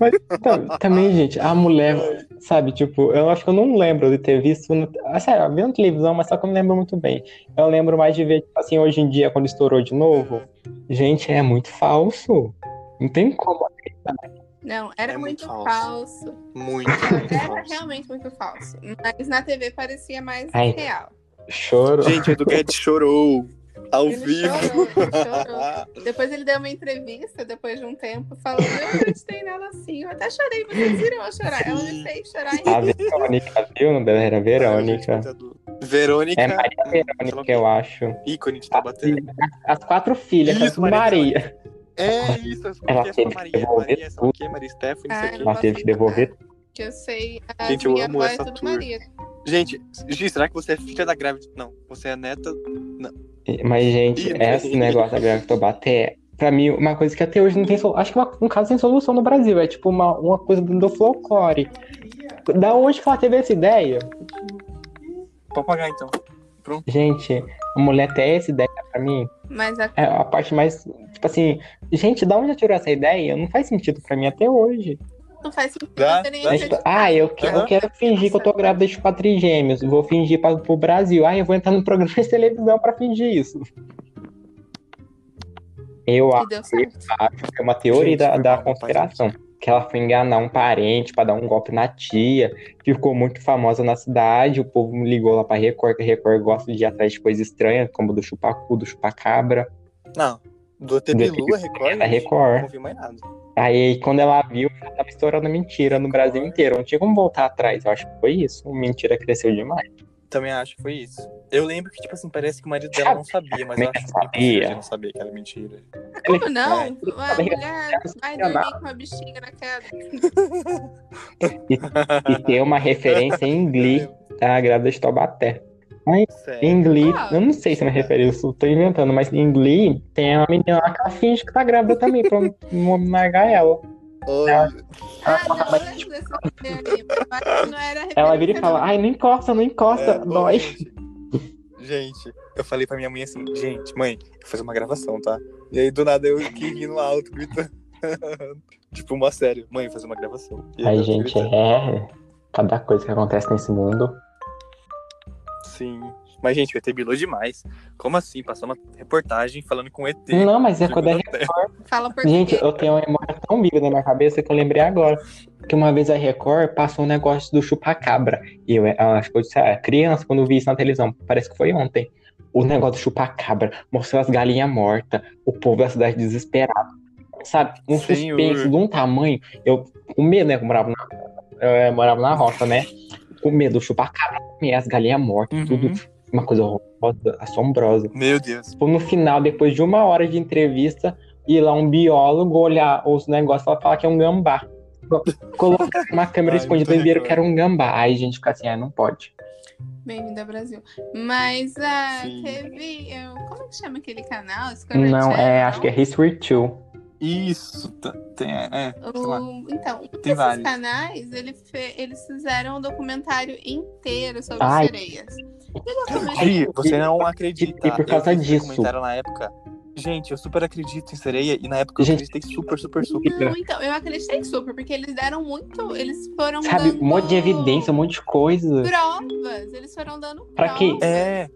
S4: Mas tam- então, também, gente, a mulher, sabe, tipo, eu acho que eu não lembro de ter visto. no- ah, sério, eu vi na televisão, mas só que eu não lembro muito bem. Eu lembro mais de ver, tipo assim, hoje em dia, quando estourou de novo. Gente, é muito falso. Não tem como.
S1: Não, era
S2: É
S1: muito,
S2: muito
S1: falso.
S2: Muito.
S1: Era
S2: falso.
S1: realmente muito falso. Mas na TV parecia mais
S4: Ai,
S1: real.
S4: Choro.
S2: Gente, o Edu Guedes chorou ao
S1: Ele
S2: vivo.
S1: chorou, ele chorou. Depois ele deu uma entrevista, depois de um tempo, falando: Eu acreditei nela assim. Eu até chorei, vocês viram eu chorar. Ela me fez chorar em
S4: A Verônica, viu? Não era Verônica.
S2: Tá Verônica. é
S4: É Maria Verônica, eu acho.
S2: Ícone de Tabaté.
S4: As quatro filhas,
S2: Isso,
S4: que são
S2: Maria
S4: Maria.
S2: É isso, eu
S4: Ela
S2: escutei
S4: teve
S2: essa
S4: que
S2: Maria.
S4: devolver
S2: Maria, essa aqui, Maria Stephanie,
S1: Ai,
S2: isso
S1: Ah, não.
S2: aqui.
S4: Ela teve que devolver.
S1: que eu sei a
S2: Gente, eu
S1: minha
S2: amo
S1: voz
S2: essa
S1: do
S2: tour.
S1: Maria.
S2: Gente, Gi, será que você é filha da grávida? Não, você é neta.
S4: Mas, gente, é
S2: Ih,
S4: esse
S2: não.
S4: negócio da Grafitobaté, É, pra mim, uma coisa que até hoje não tem solução. Acho que uma- um caso sem solução no Brasil. É tipo uma, uma coisa do folclore. Da onde que ela teve essa ideia?
S2: Pode pagar então.
S4: Gente, a mulher ter essa ideia pra mim
S1: Mas a
S4: é a parte mais. Tipo assim, gente, da onde ela tirou essa ideia? Não faz sentido pra mim até hoje.
S1: não faz sentido.
S2: Dá,
S1: eu nem
S2: dá.
S4: É tipo,
S1: acredito.
S4: ah, eu, que- eu
S2: Aham.
S4: quero fingir que eu tô grávida de quatro gêmeos. Vou fingir pra, pro Brasil. Ah, eu vou entrar no programa de televisão pra fingir isso. Eu
S1: E deu certo.
S4: acho que é uma teoria
S2: Gente,
S4: da,
S2: foi
S4: da
S2: mal,
S4: conspiração. Que ela foi enganar um parente pra dar um golpe na tia. Ficou muito famosa na cidade. O povo ligou lá pra Record, que a Record gosta de ir atrás de coisa estranha, como do chupacu, do chupacabra.
S2: Não. Do TV Lua, Record?
S4: Da Record.
S2: Não vi mais nada.
S4: Aí quando ela viu, ela tava estourando mentira no Brasil inteiro. Não tinha como voltar atrás. Eu acho que foi isso. O mentira cresceu demais.
S2: Também acho que foi isso. Eu lembro que, tipo assim, parece que o marido dela não sabia, mas eu acho que
S4: Sabia.
S2: ele não sabia que era mentira.
S1: Como não?
S4: É.
S1: A mulher vai dormir com uma bexiga na queda.
S4: E tem uma referência em Glee da grávida de Taubaté.
S2: Sério.
S4: Em Glee,
S1: Ah.
S4: eu não sei se é uma referência, eu tô inventando, mas em Glee tem uma menina lá que ela finge que tá grávida também, pra não largar ela.
S2: Olha,
S1: Ah, não, eu lembro dessa mulher aí, mas não era
S4: Ela vira e
S1: referência,
S4: fala, ai, não encosta, não encosta,
S2: é,
S4: dói.
S2: gente. Gente, eu falei pra minha mãe assim, gente, mãe, eu vou fazer uma gravação, tá? E aí, do nada, eu fiquei rindo alto, gritando. tipo, uma série. Mãe, eu vou fazer uma gravação. E aí,
S4: Ai,
S2: eu
S4: gente,
S2: gritando.
S4: é cada coisa que acontece nesse mundo.
S2: Sim. Mas, gente, o ET bilou demais. Como assim? Passou uma reportagem falando com o ET.
S4: Não, mas é quando é
S1: não. Fala um português.
S4: Gente, eu tenho uma memória tão viva na minha cabeça que eu lembrei agora. Que uma vez a Record passou um negócio do chupacabra. E eu, eu acho que eu disse, ah, criança, quando eu vi isso na televisão, parece que foi ontem. O negócio do chupacabra mostrou as galinhas mortas, o povo da cidade desesperado. Sabe, um
S2: Senhor.
S4: suspense de um tamanho. Eu com medo, né? que Eu morava na, eu morava na roça, né? Com medo do chupacabra, comer as galinhas mortas,
S2: Uhum.
S4: tudo. Uma coisa horrorosa, assombrosa.
S2: Meu Deus.
S4: Tipo, no final, depois de uma hora de entrevista, ir lá um biólogo olhar os negócios e falar- falar que é um gambá. Colocar uma câmera
S2: Ai,
S4: escondida
S2: muito
S4: e viram
S2: recorde.
S4: que era um gambá. Aí a gente fica assim, ah, não pode.
S1: Bem-vindo ao Brasil. Mas ah,
S2: Sim.
S1: teve. eu- Como é que chama aquele canal? Discovery
S4: Não, é,
S1: Channel?
S4: acho que é History 2.
S6: Isso, tá- tem, é, sei lá.
S1: O- Então, um
S6: Tem
S1: desses
S6: vários.
S1: canais, ele fe- eles fizeram um documentário inteiro sobre
S4: Ai.
S1: sereias. E o documentário-
S6: Gi, você não acredita.
S4: e por causa
S6: eu vi esse
S4: disso.
S6: documentário na época. Gente, eu super acredito em sereia e na época eu
S4: Gente.
S6: acreditei super, super, super.
S1: Não, então, eu acreditei super, porque eles deram muito. Eles foram.
S4: Sabe,
S1: dando
S4: um monte de evidência, um monte de coisa.
S1: Provas. Eles foram dando provas.
S4: Pra quê?
S6: É,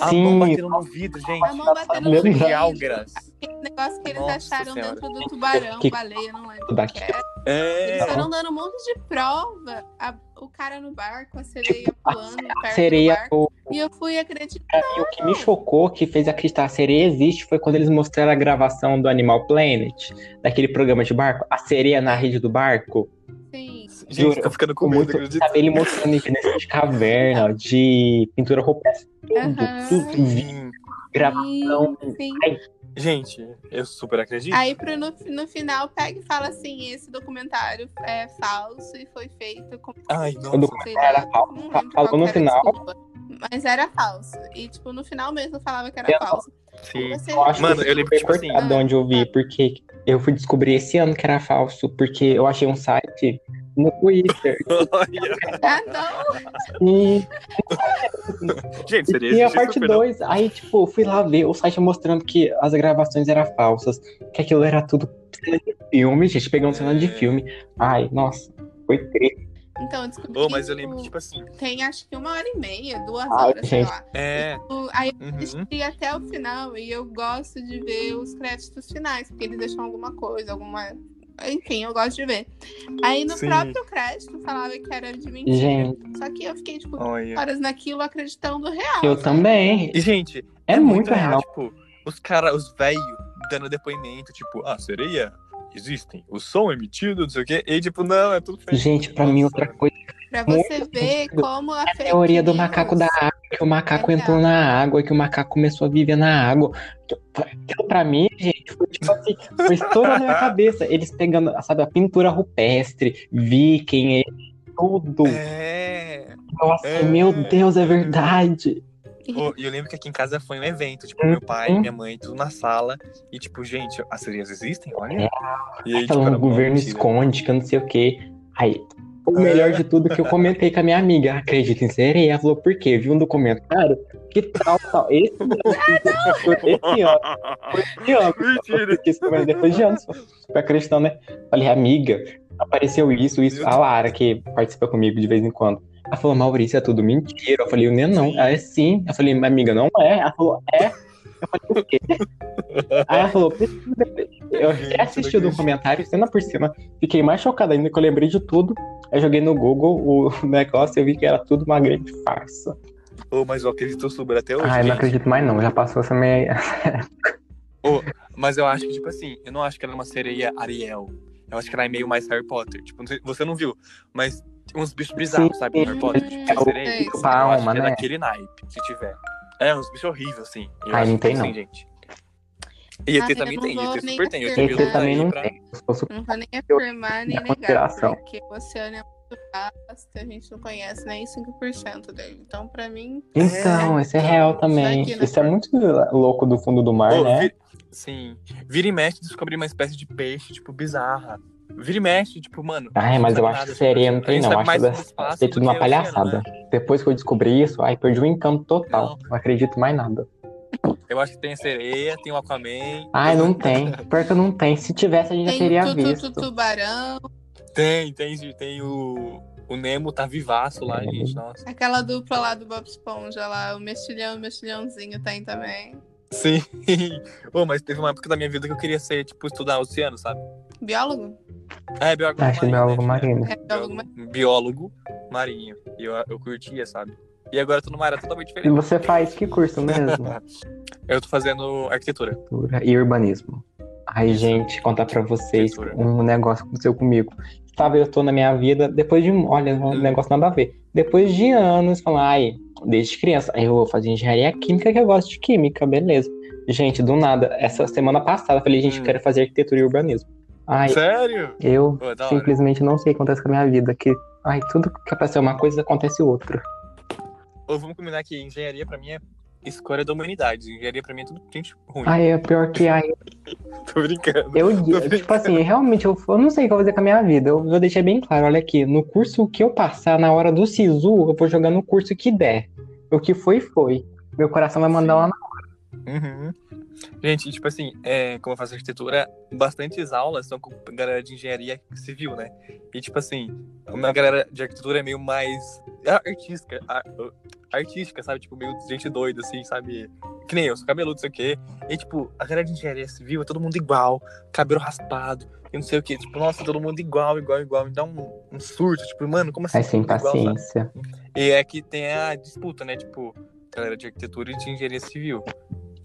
S6: a mão
S4: Sim,
S6: batendo no vidro, gente. Tá
S1: A mão batendo no
S4: Meu
S1: vidro.
S6: De algras.
S1: Aquele assim, um negócio que eles
S6: Nossa
S1: acharam
S6: Senhora.
S1: dentro do tubarão,
S4: Que-
S1: baleia, não lembro o
S4: daqui.
S1: que era.
S6: É.
S1: Eles foram dando um monte de prova. A- o cara no barco, a sereia voando
S4: Tipo, a
S1: perto do
S4: sereia.
S1: barco.
S4: O,
S1: E eu fui acreditar.
S4: pra mim, o que me chocou, que fez acreditar que a sereia existe, foi quando eles mostraram a gravação do Animal Planet, daquele programa de barco, a sereia na rede do barco.
S1: Sim.
S6: Gente, tá ficando com
S4: Com
S6: medo,
S4: muito-
S6: acredita?
S4: Sabe, ele mostrando evidência de caverna, de pintura rupestre, tudo,
S1: Aham.
S4: tudo, vi-
S6: Sim.
S4: gravação.
S1: Sim, sim.
S6: Gente, eu super acredito.
S1: assim, Aí pro, no, no final pega e fala assim: esse documentário é falso e foi feito com.
S6: Ai,
S4: O
S6: nossa.
S4: documentário era falso.
S1: Não lembro
S4: Falou
S1: qual
S4: no
S1: que era a
S4: final.
S1: desculpa, mas era falso. E, tipo, no final mesmo falava que era
S4: Eu-
S1: falso.
S2: Sim.
S1: Você-
S4: Eu acho
S2: Mano,
S4: que
S2: eu lembro,
S4: foi
S2: tipo assim-
S4: cortado onde eu vi, porque eu fui descobrir esse ano que era falso, porque eu achei um site no Twitter.
S2: Olha.
S1: Ah, não!
S4: E
S2: Gente,
S4: E
S2: seria
S4: tem a
S2: existe
S4: parte
S2: super, não.
S4: 2. Aí, tipo, eu fui lá ver o site mostrando que as gravações eram falsas, que aquilo era tudo cena de filme, gente, pegando cena de
S6: É.
S4: filme. Ai, nossa, foi triste.
S1: Então, eu descobri.
S2: Ô, mas eu
S1: que,
S2: lembro,
S1: tipo,
S2: tipo assim.
S1: Tem acho que uma hora e meia, duas
S4: Ai,
S1: horas, sei
S4: gente.
S1: lá.
S2: É.
S1: O- Aí eu
S6: Uhum.
S1: assisti até o final e eu gosto de ver os créditos finais, porque eles deixam alguma coisa, alguma. Enfim, eu gosto de ver. Aí no
S6: Sim.
S1: próprio crédito falava que era de mentira.
S4: Gente,
S1: Só que eu fiquei, tipo,
S6: Olha.
S1: horas naquilo acreditando real.
S4: eu
S1: né?
S4: também.
S2: E, gente,
S4: É, muito real.
S2: Tipo, os caras, os velhos, dando depoimento, tipo, ah, sereia, existem. O som é emitido, não sei o quê. E, tipo, não, é tudo feio.
S4: Gente, pra mim, outra coisa
S1: Pra
S4: Muito
S1: você ver
S4: sentido.
S1: como a
S4: é a teoria do macaco da água, que o macaco
S1: Verdade.
S4: entrou na água, que o macaco começou a viver na água. Aquilo pra mim, gente, foi tipo assim, foi estourando na minha cabeça. Eles pegando, sabe, a pintura rupestre, viking, tudo.
S2: É.
S4: Nossa,
S2: É.
S4: meu Deus, é verdade.
S2: Ô, E eu lembro que aqui em casa foi um evento, tipo, meu pai, minha mãe, tudo na sala. E, tipo, gente, as sereias existem? Olha. E aí, tipo,
S4: falando
S2: era uma
S4: o governo
S2: mentira.
S4: esconde, que eu não sei o quê. Aí, o melhor de tudo é que eu comentei com a minha amiga, acredita em sereia? Ela falou, por quê? Viu um documentário? Que tal, tal? Esse
S2: Mentira.
S4: ano, esse ano, esse ano. Porque isso foi depois de anos, foi acreditando, né? Falei, amiga, apareceu isso, isso.
S2: Meu
S4: A Lara, que participa comigo de vez em quando. Ela falou, Maurício, é tudo mentira. Eu falei, não é não. Ela é sim. Eu falei, minha amiga, não é. Ela falou, é. Eu falei, o quê? Aí ela falou, "Precisa ver." eu
S6: Gente,
S4: até assisti o
S6: não acredito.
S4: documentário, cena por cena. Fiquei mais chocada ainda, que eu lembrei de tudo. Eu joguei no Google o negócio e vi que era tudo uma grande farsa.
S2: Ô, mas eu acredito super até hoje.
S4: Ai,
S2: gente.
S4: não acredito mais não. Já passou essa meia...
S2: Mas eu acho que, tipo assim, eu não acho que ela é uma sereia Ariel. Eu acho que ela é meio mais Harry Potter. Tipo, não sei- você não viu, mas tem uns bichos bizarros,
S4: Sim.
S2: sabe? no Harry Potter, tipo,
S1: É
S4: o-
S2: sereia.
S1: tipo
S2: eu acho
S4: palma,
S2: que é
S4: né?
S2: daquele naipe, se tiver. É, uns bichos horríveis, assim. Eu
S4: Ai,
S2: acho
S4: não
S2: que
S4: tem,
S2: assim,
S4: não.
S2: gente. E ET
S1: Ai, eu
S2: também
S1: não
S2: tem,
S1: vou
S2: ET
S1: nem
S2: super tem. Eu
S1: afirmar.
S2: tive
S1: ET
S4: também não
S2: pra...
S4: Eu sou
S1: Não vou nem afirmar nem
S4: Na
S1: negar,
S4: consideração.
S1: porque o oceano é muito vasto, a gente não conhece nem 5% dele. Então, pra mim,
S4: Então, esse é real também.
S1: Isso aqui, né?
S4: Isso é muito louco do fundo do mar,
S2: Ô,
S4: né?
S2: vi- Sim. Vira e mexe, descobri uma espécie de peixe, tipo, bizarra. Vira e mexe, tipo, mano.
S4: Ai, Ah, mas
S2: não
S4: eu
S2: sabe
S4: acho que
S2: nada,
S4: sereia não
S2: tipo, a gente
S4: tem, não.
S2: sabe
S4: Eu Acho
S2: mais
S4: que
S2: sobre
S4: das-
S2: o espaço
S4: tem
S2: do
S4: tudo uma
S2: que o oceano,
S4: palhaçada.
S2: né?
S4: Depois que eu descobri isso, ai, perdi o encanto total.
S2: Não.
S4: Não acredito mais nada.
S2: Eu acho que tem a sereia, tem o Aquaman.
S4: Ai, Ah, não tem. Pior que não tem. Se tivesse, a gente já
S1: tem
S4: teria
S1: tudo tu,
S4: visto.
S1: tubarão,
S2: Tem, tem, tem o. O Nemo tá vivaço lá,
S4: É,
S2: gente. Nossa.
S1: aquela dupla lá do Bob Esponja lá, o mexilhão e o mexilhãozinho tem também.
S2: Sim. Ô, mas teve uma época da minha vida que eu queria ser, tipo, estudar oceano, sabe?
S1: Biólogo?
S2: Ah, é biólogo
S4: Acho que não é algo
S2: né?
S4: marino.
S1: É, biólogo, mas
S2: Biólogo marinho. E eu, eu curtia, sabe? E agora eu tô numa área totalmente
S4: E
S2: diferente.
S4: você faz que curso mesmo?
S2: Eu tô fazendo arquitetura.
S4: Cultura e urbanismo. Ai, gente, contar pra vocês
S2: Cultura.
S4: um negócio que aconteceu comigo. Estava eu tô na minha vida, depois de. um- Olha,
S2: Hum.
S4: um negócio nada a ver. Depois de anos, falando, ai, desde criança, aí eu vou fazer engenharia química, que eu gosto de química, beleza. Gente, do nada, essa semana passada, eu falei, gente,
S2: Hum.
S4: eu quero fazer arquitetura e urbanismo. Ai,
S2: Sério?
S4: eu
S2: Pô, da hora.
S4: simplesmente não sei o que acontece com a minha vida, que. Ai, tudo que é pra ser uma coisa acontece outra.
S2: Ou vamos combinar que engenharia pra mim é escolha da humanidade. Engenharia pra mim é tudo gente ruim.
S4: Aí é pior que aí.
S2: Tô brincando.
S4: Eu, tipo assim, realmente, eu, eu não sei o que eu vou fazer com a minha vida. Eu, eu deixei bem claro, olha aqui, no curso que eu passar, na hora do SISU, eu vou jogar no curso que der. O que foi, foi. Meu coração vai mandar uma.
S2: Uhum. Gente, tipo assim, é, como eu faço arquitetura, bastantes aulas são com galera de engenharia civil, né? E tipo assim, uma galera de arquitetura é meio mais a- artística, a- artística, sabe? Tipo, meio gente doida, assim, sabe? Que nem eu, sou cabeludo, sei o quê. E tipo, a galera de engenharia civil é todo mundo igual, cabelo raspado, e não sei o quê. Tipo, nossa, todo mundo igual, igual, igual. Me dá um, um surto, tipo, mano, como assim?
S4: Ai, sem
S2: todo mundo igual, sabe?
S4: paciência.
S2: E é que tem a disputa, né? Tipo, galera de arquitetura e de engenharia civil.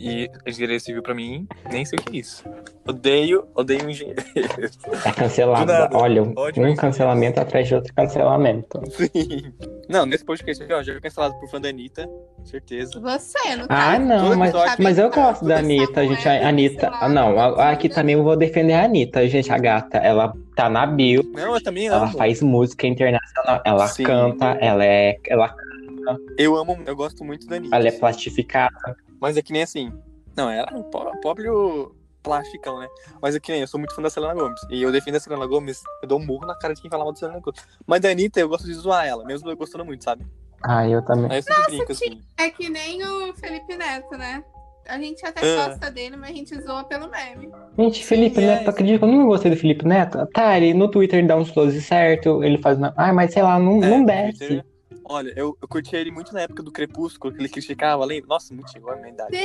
S2: E engenharia civil, pra mim, nem sei o que é isso. Odeio, odeio engenharia.
S4: Tá cancelado.
S2: Do nada.
S4: Olha,
S2: Ótimo.
S4: um cancelamento atrás de outro cancelamento.
S2: Sim. Não, nesse podcast aqui, ó, já foi cancelado por fã da Anitta, certeza.
S1: Você, não tá?
S4: Ah, não,
S2: Todo
S4: mas,
S2: episódio-
S4: mas eu gosto da Anitta,
S1: Samuel,
S4: gente. A Anitta. ah, Não, a- aqui também eu vou defender a Anitta, gente. A gata, ela tá na bio,
S2: Não, eu também
S4: ela
S2: amo.
S4: faz música internacional, ela
S2: Sim.
S4: canta, ela é, ela,
S2: Eu amo, eu gosto muito da Anitta.
S4: ela é plastificada.
S2: Mas é que nem assim. Não, ela é um pró- próprio plasticão, né? Mas é que nem eu sou muito fã da Selena Gomes. E eu defendo a Selena Gomes, eu dou um murro na cara de quem fala mal da Selena Gomes. Mas da Anitta, eu gosto de zoar ela, mesmo eu gostando muito, sabe?
S4: Ah, eu também.
S2: Aí eu sempre brinco assim.
S1: É que nem o Felipe Neto, né? A gente até
S2: Ah.
S1: gosta dele, mas a gente zoa pelo meme.
S4: Gente, Felipe
S2: Sim, é
S4: Neto,
S2: isso.
S4: acredita que eu não gostei do Felipe Neto? Tá, ele no Twitter ele dá uns close certo, ele faz. na- Ah, mas sei lá, não,
S2: É,
S4: não
S2: no
S4: desce.
S2: Twitter, Olha, eu, eu curti ele muito na época do Crepúsculo, que ele criticava, lembra? Nossa, muito igual a minha idade.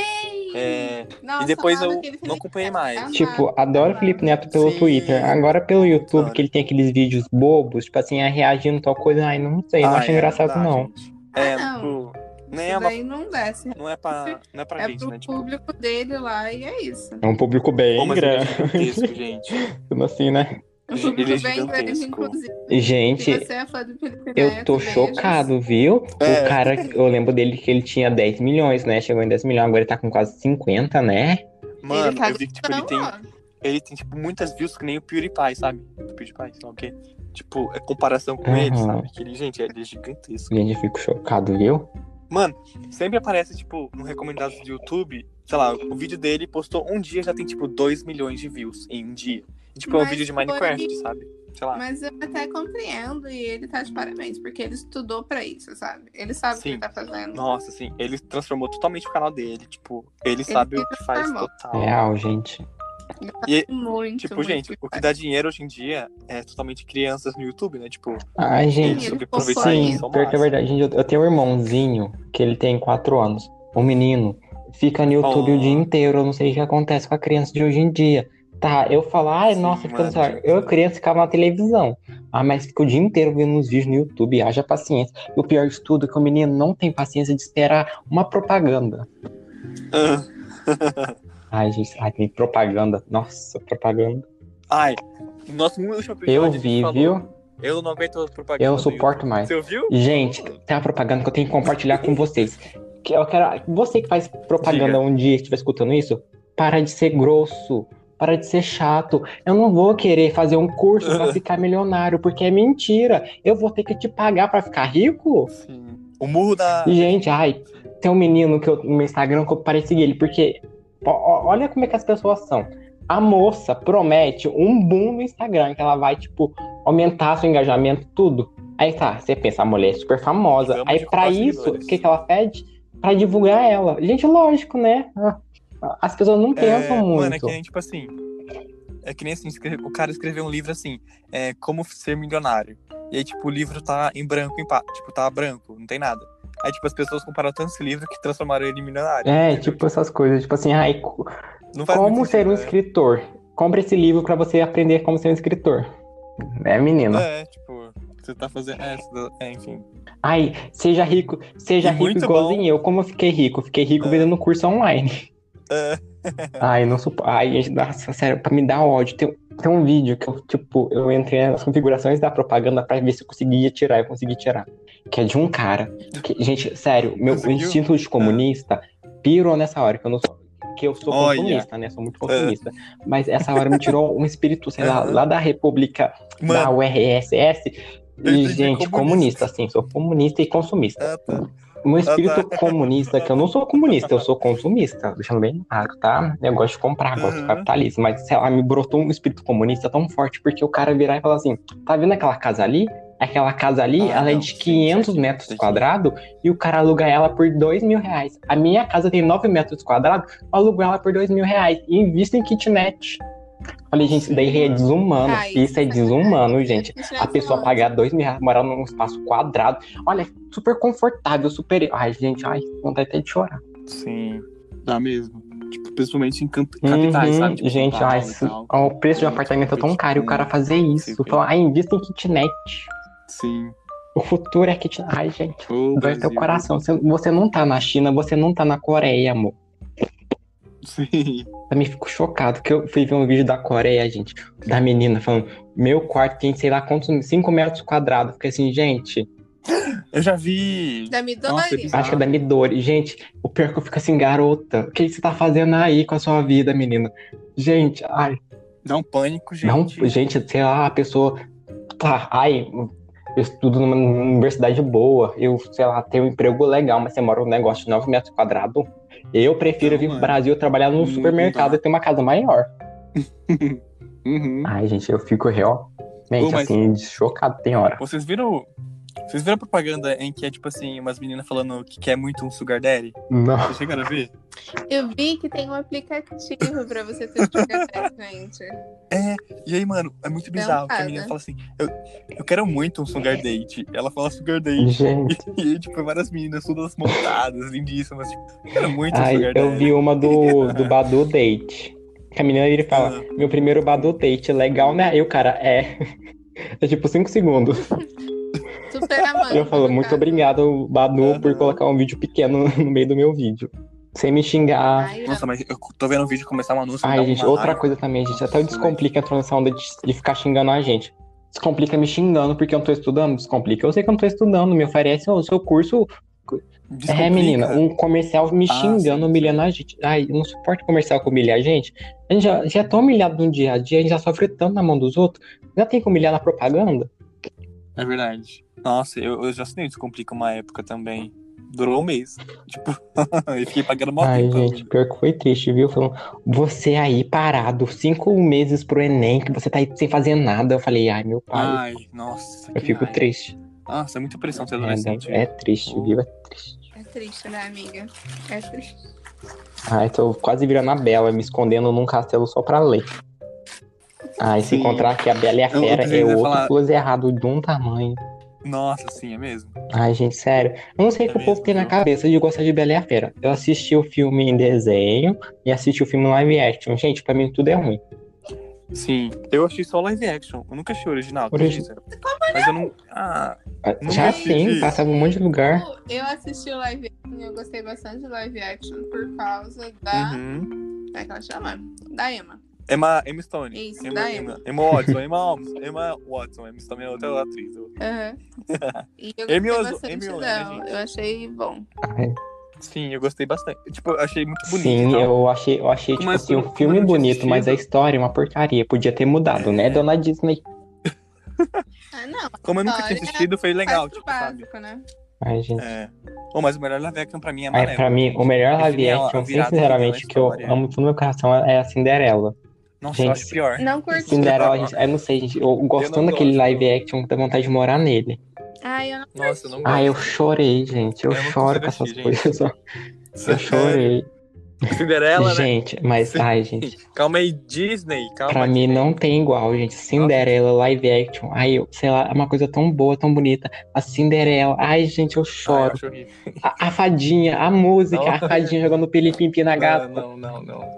S2: É,
S1: Nossa,
S2: e depois
S1: amava
S2: eu
S1: aquele
S2: não
S1: Felipe
S2: acompanhei
S1: Neto.
S2: mais.
S4: Tipo, adoro o Felipe Neto pelo
S2: Sim.
S4: Twitter. Agora pelo YouTube,
S2: Adoro.
S4: que ele tem aqueles vídeos bobos, tipo assim, é reagindo a tal coisa. Ai, não sei, não
S2: Ah,
S4: acho
S2: é,
S4: engraçado,
S2: dá,
S4: não.
S2: gente. É,
S1: Ah,
S2: tipo, nem é
S1: Isso
S2: uma-
S1: daí não desce.
S2: não é pra, não é pra
S1: É
S2: gente,
S1: pro
S2: né? Tipo,
S1: público dele lá e é isso.
S4: É um público bem
S2: pô, mas ele é
S4: grande,
S2: gigantesco, gente.
S4: assim, né?
S1: É um
S2: Ele é
S1: público bem grande,
S2: gigantesco.
S1: inclusive. Se
S4: Gente,
S1: você é fã do Felipe Neto,
S2: né,
S4: eu tô
S1: beijos.
S4: chocado, viu?
S2: É.
S4: O cara, eu lembro dele que ele tinha 10 milhões, né? Chegou em 10 milhões, agora ele tá com quase 50, né?
S2: Mano,
S1: ele tá
S2: eu vi que tipo, ele tem,
S1: gritando,
S2: ele tem tipo, muitas views que nem o PewDiePie, sabe? O PewDiePie, sei lá o quê. Tipo, é comparação com ele,
S4: Uhum.
S2: sabe? Que ele, gente, ele é gigantesco.
S4: Gente, eu fico chocado, viu?
S2: Mano, sempre aparece, tipo, no recomendado do YouTube, sei lá, o vídeo dele postou um dia já tem, tipo, 2 milhões de views em um dia. E, tipo, é um
S1: Mas
S2: vídeo de
S1: foi-
S2: Minecraft, sabe?
S1: ó.
S2: Sei lá.
S1: Mas eu até compreendo e ele tá de parabéns, porque ele estudou pra isso, sabe? Ele sabe o
S2: Sim.
S1: que tá fazendo.
S2: Nossa, assim, ele transformou totalmente o canal dele, tipo, ele
S1: Ele
S2: sabe
S1: se
S2: o que faz
S1: transformou.
S2: total.
S4: Real, gente.
S1: Muito,
S2: Tipo,
S1: muito
S2: gente, o que dá dinheiro hoje em dia é totalmente crianças no YouTube, né? Tipo,
S4: Ai, gente,
S2: eles
S1: ele postou
S2: aproveitam
S4: Sim,
S2: isso ao
S4: pior que é
S2: máximo.
S4: verdade. Gente, eu, eu tenho um irmãozinho que ele tem 4 anos. Um menino. Fica no YouTube
S2: Oh.
S4: o dia inteiro. Eu não sei o que acontece com a criança de hoje em dia. Tá, eu falo, ai,
S2: Sim,
S4: nossa, fica no
S2: mano,
S4: celular.
S2: gente.
S4: Eu, criança, ficava na televisão. Ah, mas fica o dia inteiro vendo uns vídeos no YouTube. Haja paciência. E o pior de tudo é que o menino não tem paciência de esperar uma propaganda. Ai, gente, ai, tem propaganda. Nossa, propaganda.
S2: Ah, Ai, nosso último episódio.
S4: Eu
S2: ele
S4: vi,
S2: falou,
S4: viu?
S2: Eu não aguento propaganda.
S4: Eu
S2: do
S4: suporto
S2: YouTube."
S4: mais.
S2: Você ouviu?
S4: Gente, tem uma propaganda que eu tenho que compartilhar com vocês. Que eu quero, você que faz propaganda
S2: Diga.
S4: um dia e estiver escutando isso, para de ser grosso, para de ser chato. Eu não vou querer fazer um curso para ficar milionário, porque é mentira. Eu vou ter que te pagar para ficar rico?
S2: Sim. O murro da.
S4: E, gente, ai, tem um menino que eu, no meu Instagram que eu parei de seguir ele, porque ó, ó, olha como é que as pessoas são. A moça promete um boom no Instagram, que ela vai, tipo, aumentar seu engajamento, tudo. Aí tá, você pensa, a mulher é super famosa.
S2: Vamos
S4: Aí
S2: divulgar
S4: pra
S2: os
S4: isso, o
S2: seguidores.
S4: que, que ela pede? Pra divulgar ela. Gente, lógico, né? Ah, As pessoas não pensam
S2: É,
S4: muito.
S2: Mano, é que nem tipo assim. É que nem assim, escreve- o cara escreveu um livro assim, é, Como Ser Milionário. E aí, tipo, o livro tá em branco, em pá, tipo, tá branco, não tem nada. Aí, tipo, as pessoas compraram tanto esse livro que transformaram ele em milionário.
S4: É,
S2: entendeu?
S4: tipo essas coisas, tipo assim, ai, co-
S2: não faz
S4: como
S2: muito sentido,
S4: ser um
S2: né?
S4: escritor? Compre esse livro pra você aprender como ser um escritor. É, menina.
S2: É, tipo, você tá fazendo. É, você tá- é, enfim.
S4: Ai, seja rico, seja
S2: Uhum. E
S4: rico
S2: muito
S4: igualzinho
S2: bom.
S4: eu. Como eu fiquei rico? Fiquei rico
S2: É.
S4: vendendo curso online.
S2: É.
S4: Ai, não suporto. Ai, gente, nossa, sério, pra me dar ódio. Tem, tem um vídeo que eu, tipo, eu entrei nas configurações da propaganda pra ver se eu conseguia tirar. Eu consegui tirar. Que é de um cara. que- gente, sério, meu
S2: Conseguiu? É.
S4: instinto de comunista pirou nessa hora, que eu não sou. Que eu sou
S2: Olha. É.
S4: comunista, né? Sou muito comunista. Mas essa hora me tirou um espírito, sei lá,
S2: Aham.
S4: lá da República da
S2: Mano,
S4: URSS.
S2: Eu
S4: E,
S2: entendi
S4: gente,
S2: comunista.
S4: assim, comunista, sim, sou comunista e consumista.
S2: ah, tá.
S4: meu espírito comunista, que eu não sou comunista, eu sou consumista, deixando bem claro, tá? Eu gosto de comprar, gosto
S2: Uhum.
S4: do capitalismo, mas sei lá, me brotou um espírito comunista tão forte, porque o cara virar e falar assim: tá vendo aquela casa ali? Aquela casa ali,
S2: Ah,
S4: ela é
S2: não,
S4: de
S2: sim,
S4: 500
S2: sim,
S4: metros
S2: sim.
S4: quadrados e o cara aluga ela por 2 mil reais. A minha casa tem 9 metros quadrados, eu alugo ela por 2 mil reais e invisto em kitnet. Falei, gente, isso daí é
S2: Sim.
S4: desumano.
S1: Ai,
S4: Isso é desumano, gente.
S1: Isso é
S4: A pessoa pagar dois mil reais, morar num espaço quadrado. Olha, super confortável, super. Ai, gente, ai, vontade até de chorar.
S2: Sim. Dá mesmo. Tipo, principalmente em camp-
S4: Uhum,
S2: capitais, sabe? Tipo, São
S4: gente,
S2: Paulo
S4: ai,
S2: e
S4: isso-
S2: tal.
S4: ó, o preço de um apartamento é tão caro e o cara fazer isso.
S2: Sim.
S4: Falar, ai, invista em kitnet.
S2: Sim.
S4: O futuro é kitnet. Ai, gente,
S2: Ô,
S4: dói teu
S2: Brasil.
S4: coração. Você, você não tá na China, você não tá na Coreia, amor.
S2: Sim.
S4: Eu me fico chocado, que eu fui ver um vídeo da Coreia, gente, da menina falando, meu quarto tem, sei lá, quantos, 5 metros quadrados. Fiquei assim, gente,
S2: Eu já vi.
S1: Da Midori.
S2: Nossa, é bizarro.
S4: Acho que é da Midori. Gente, o pior que eu fico assim, garota, o que que você tá fazendo aí com a sua vida, menina? Gente, ai,
S2: Dá um pânico,
S4: não,
S2: gente. é.
S4: gente, sei lá, a pessoa tá, ai, eu estudo numa universidade boa, eu, sei lá, tenho um emprego legal, mas você mora num negócio de 9 metros quadrados. Eu prefiro
S2: Não,
S4: vir pro
S2: mano.
S4: Brasil trabalhar num
S2: Não
S4: supermercado
S2: dá.
S4: e ter uma casa maior.
S2: Uhum.
S4: Ai, gente, eu fico realmente
S2: Ô, mas-
S4: assim, chocado, tem hora.
S2: Vocês viram. Vocês viram a propaganda em que é tipo assim, umas meninas falando que quer muito um sugar daddy?
S4: Não.
S2: Vocês chegaram a ver?
S1: Eu vi que tem um aplicativo pra você ter sugar daddy, gente.
S2: E aí, mano, é muito bizarro que a
S1: cara.
S2: menina fala assim, eu, eu quero muito um sugar date. Ela fala sugar date.
S4: Gente.
S2: E aí, tipo, várias meninas todas montadas, lindíssimas. Tipo, eu quero muito um
S4: Ai,
S2: sugar
S4: eu
S2: daddy.
S4: vi uma do, do Badu Date. Que a menina ele fala, meu primeiro Badu Date, legal, né? Aí o cara, é. É tipo 5 segundos.
S1: Super tá? amante.
S4: Eu falo,
S1: no
S4: muito
S1: caso.
S4: obrigado, Badu, por
S2: Aham.
S4: colocar um vídeo pequeno no meio do meu vídeo. Sem me xingar.
S1: Ai,
S2: Nossa, mas eu tô vendo o vídeo começar um anúncio. me
S4: Ai,
S2: dá
S4: gente,
S2: uma
S4: outra
S2: raiva.
S4: coisa também, gente. Até o
S2: Nossa,
S4: Descomplica entrou nessa onda de, de ficar xingando a gente. Descomplica me xingando porque eu não tô estudando. Descomplica. Eu sei que eu não tô estudando. Me oferece o seu curso
S2: Descomplica.
S4: É, menina, um comercial me
S2: Ah,
S4: xingando,
S2: sim.
S4: humilhando a gente. Ai, eu não suporto comercial que humilha a gente. A gente já, já é tão humilhado no dia a dia, a gente já sofre tanto na mão dos outros. Já tem que humilhar na propaganda?
S2: É verdade. Nossa, eu, eu já assinei o Descomplica uma época também. Durou um mês. Tipo, eu fiquei pagando uma
S4: Ai,
S2: pipa.
S4: gente, pior que foi triste, viu? Falando, você aí parado, cinco meses pro Enem, que você tá aí sem fazer nada. Eu falei, ai, meu
S2: Ai,
S4: pai,
S2: nossa.
S4: eu
S2: que
S4: fico
S2: raiva.
S4: triste.
S2: Nossa, é muita pressão ser adolescente.
S4: É, é triste, viu? É triste.
S1: é triste, né, amiga? É triste.
S4: Ai, tô quase virando a Bela, me escondendo num castelo só pra ler. Ai, se
S2: Sim.
S4: encontrar que a Bela e a
S2: Eu- eu
S4: Fera
S2: pensei
S4: é
S2: que você ia
S4: outro
S2: falar-
S4: close errado de um tamanho.
S2: Nossa, sim, é mesmo.
S4: Ai, gente, sério. Eu não sei o
S2: É
S4: que o povo
S2: mesmo,
S4: tem na
S2: viu?
S4: cabeça de gostar de Bela e a Fera. Eu assisti o filme em desenho e assisti o filme live action. Gente, pra mim tudo é ruim.
S2: Sim. Eu achei só live action. Eu nunca achei o original. tu
S4: Origi-
S2: acredita? Mas eu não. Ah, Não
S4: Já
S2: assisti.
S4: sim, passava em um monte de lugar.
S1: Eu assisti o live action e eu gostei bastante do live action por causa da.
S2: uhum.
S1: Como é que ela chama? Da Emma.
S2: Emma, Emma Stone.
S1: É Isso,
S2: Emma,
S1: da
S2: Emma. Emma Watson, Emma Holmes, Emma Watson. Emma Stone é outra atriz.
S1: Aham. E eu
S2: Hermione,
S1: gostei bastante
S2: Hermione, né,
S1: dela.
S2: gente?
S1: Eu achei bom.
S4: Ai,
S2: Sim, eu gostei bastante. Tipo, eu achei muito bonito. então. e
S4: sim,
S2: tal.
S4: eu achei, eu achei
S2: Como
S4: tipo
S2: é- É.
S4: assim, o
S2: como
S4: filme
S2: eu não tinha
S4: bonito, mas a
S2: assistido.
S4: história é uma porcaria. Podia ter mudado, né, dona Disney?
S1: Ah, não.
S2: Como eu nunca tinha
S1: Olha,
S2: assistido, foi legal,
S1: Legal,
S2: tipo, sabe?
S1: básico, né?
S4: Ai, gente.
S2: É. Oh, mas o melhor live action pra mim é
S4: Ai,
S2: Malévola.
S4: pra mim, o melhor live
S2: Definir é a- a
S4: action,
S2: virada
S4: sinceramente,
S2: da
S4: que eu
S2: história.
S4: amo tudo no meu coração é a Cinderela.
S2: Nossa,
S4: gente,
S2: eu acho pior.
S1: Não curti.
S4: Cinderela, gente, eu não sei, gente, eu gostando daquele
S2: gosto.
S4: live action, dá vontade de morar nele.
S1: Ai, eu não
S2: Nossa, eu não gosto.
S4: Ah, eu chorei, gente. Eu,
S2: Eu não
S4: choro com essas
S2: consigo assistir,
S4: coisas. ó. Eu chorei.
S7: Cinderela, né?
S4: gente, mas,
S2: Sim. é
S4: ai, gente,
S7: Calma aí, Disney. Calma
S4: pra mim não tem igual, gente. Cinderela, live action. Ai, eu, sei lá, é uma coisa tão boa, tão bonita. A Cinderela, ai, gente, eu
S2: Ai, eu
S4: choro.
S2: acho horrível.
S4: A, a fadinha, a música, a
S7: Nossa.
S4: fadinha jogando pelipimpim na
S7: Ah,
S4: gata.
S7: não, não, não.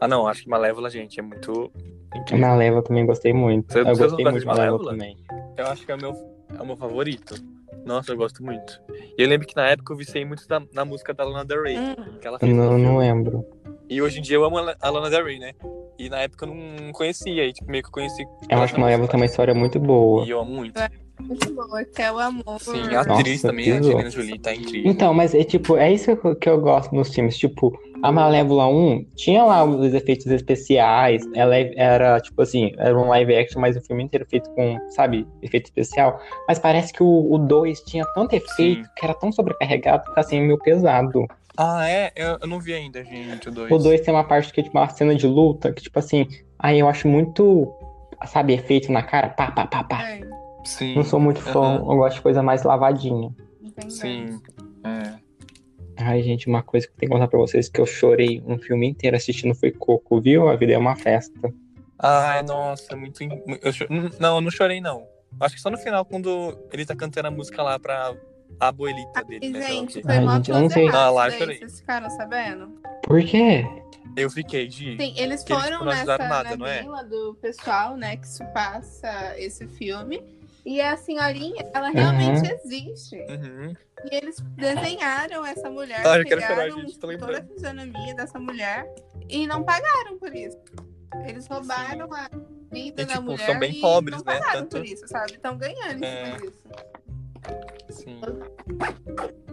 S7: Ah, não, acho que Malévola, gente, é muito incrível.
S4: Malévola também gostei muito.
S7: Você-
S4: eu
S7: você
S4: gostei
S7: gosta
S4: muito de
S7: de
S4: Malévola
S7: Malévola?
S4: também.
S7: Eu acho que é o meu, é o meu favorito. Nossa, eu gosto muito. E eu lembro que na época eu vicei muito na, na música da Lana Del Rey.
S1: Hum.
S7: Que ela fez
S4: Não,
S7: no
S4: não é.
S7: filme.
S4: lembro.
S7: E hoje em dia eu amo a La- a Lana Del Rey, né? E na época eu não conhecia, e tipo, meio que eu conheci.
S4: Eu acho que Malévola tem uma história muito boa.
S7: E eu amo muito.
S1: muito boa, que é o amor.
S2: Sim, a atriz
S4: Nossa, Então-
S2: também, a
S4: pisou.
S2: Angelina Jolie, tá incrível.
S4: Então, mas é tipo, é isso que eu- que eu gosto nos filmes. Tipo, A Malévola 1 tinha lá os efeitos especiais, ela era tipo assim, era um live action, mas o filme inteiro feito com, sabe, efeito especial. Mas parece que o, o 2 tinha tanto efeito que era tão sobrecarregado que tá assim, meio pesado.
S2: Ah, é? Eu, eu não vi ainda, gente, o 2.
S4: O 2 tem uma parte que é tipo uma cena de luta, que tipo assim, aí eu acho muito, sabe, efeito na cara, pá, pá, pá, pá.
S1: É,
S2: Sim.
S4: Não sou muito
S2: Aham.
S4: fã, eu gosto de coisa mais lavadinha.
S1: entendi.
S2: Sim. É.
S4: Ai, gente, uma coisa que eu tenho que contar pra vocês que eu chorei um filme inteiro assistindo foi Coco, viu? A vida é uma festa.
S2: Ai, nossa, muito. in- Eu cho- Não, eu não chorei, não. Acho que só no final, quando ele tá cantando a música lá pra abuelita dele,
S1: E,
S2: né? sei lá o
S1: gente,
S2: quê.
S1: foi
S4: Ai,
S1: mó
S4: gente, eu não sei.
S1: close
S2: Ah, lá,
S1: errado. isso daí,
S2: peraí.
S1: Vocês ficaram sabendo?
S4: Por quê?
S2: Eu fiquei, de
S1: Sim, eles
S2: Que eles,
S1: foram
S2: tipo, não
S1: nessa
S2: ajudaram nada,
S1: na
S2: não é?
S1: vila do pessoal, né, que se passa esse filme. E a senhorinha, ela
S4: Uhum.
S1: realmente existe.
S2: Uhum.
S1: E eles desenharam essa mulher,
S2: Ah, eu quero
S1: pegaram
S2: chorar, gente, tô lembrando.
S1: toda a fisionomia dessa mulher e não pagaram por isso. Eles roubaram a vida
S2: E,
S1: da
S2: tipo,
S1: mulher
S2: são bem
S1: e
S2: pobres,
S1: não
S2: né?
S1: pagaram
S2: Tanto-
S1: por isso, sabe? Estão ganhando em cima
S2: É.
S1: disso.
S2: Sim.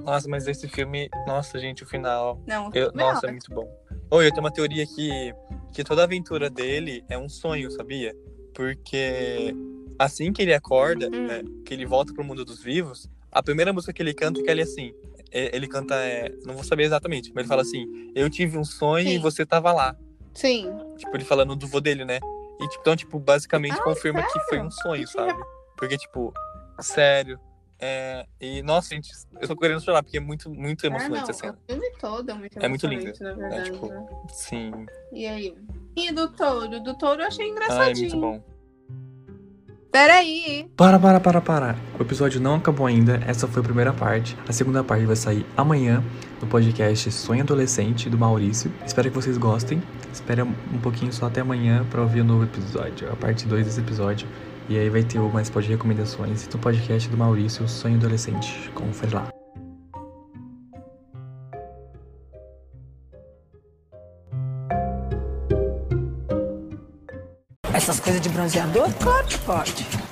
S2: Nossa, mas esse filme. Nossa, gente, o final.
S1: Não,
S2: Eu-
S1: não,
S2: Nossa, é muito bom. Oi, eu tenho uma teoria que, que toda a aventura dele é um sonho, sabia? Porque assim que ele acorda,
S1: Hum.
S2: né, que ele volta pro mundo dos vivos, a primeira música que ele canta é que ele assim. é- Ele canta, é, não vou saber exatamente, mas ele fala assim: Eu tive um sonho e
S1: Sim.
S2: você tava lá.
S1: Sim,
S2: Tipo, ele falando do vô dele, né? E tipo, então, tipo, basicamente
S1: Ah,
S2: confirma que foi um sonho, sabe? Porque, tipo, sério. É, e, nossa, gente, eu tô querendo chorar, porque é muito, muito emocionante
S1: ah,
S2: essa
S1: não,
S2: cena.
S1: O filme todo é muito
S2: É muito
S1: emocionante, na verdade.
S2: tipo,
S1: né?
S2: Sim.
S1: E aí? E do touro? Do touro eu achei
S2: Ah, é muito
S1: engraçadinho.
S2: bom.
S1: Peraí.
S8: Para, para, para, para. O episódio não acabou ainda, essa foi a primeira parte. A segunda parte vai sair amanhã no podcast Sonho Adolescente do Maurício. Espero que vocês gostem. Espera um pouquinho só até amanhã pra ouvir o novo episódio, a parte 2 desse episódio. E aí vai ter o mais pod recomendações do podcast do Maurício Sonho Adolescente. Confere lá.
S3: Essas coisas de bronzeador? Claro que pode.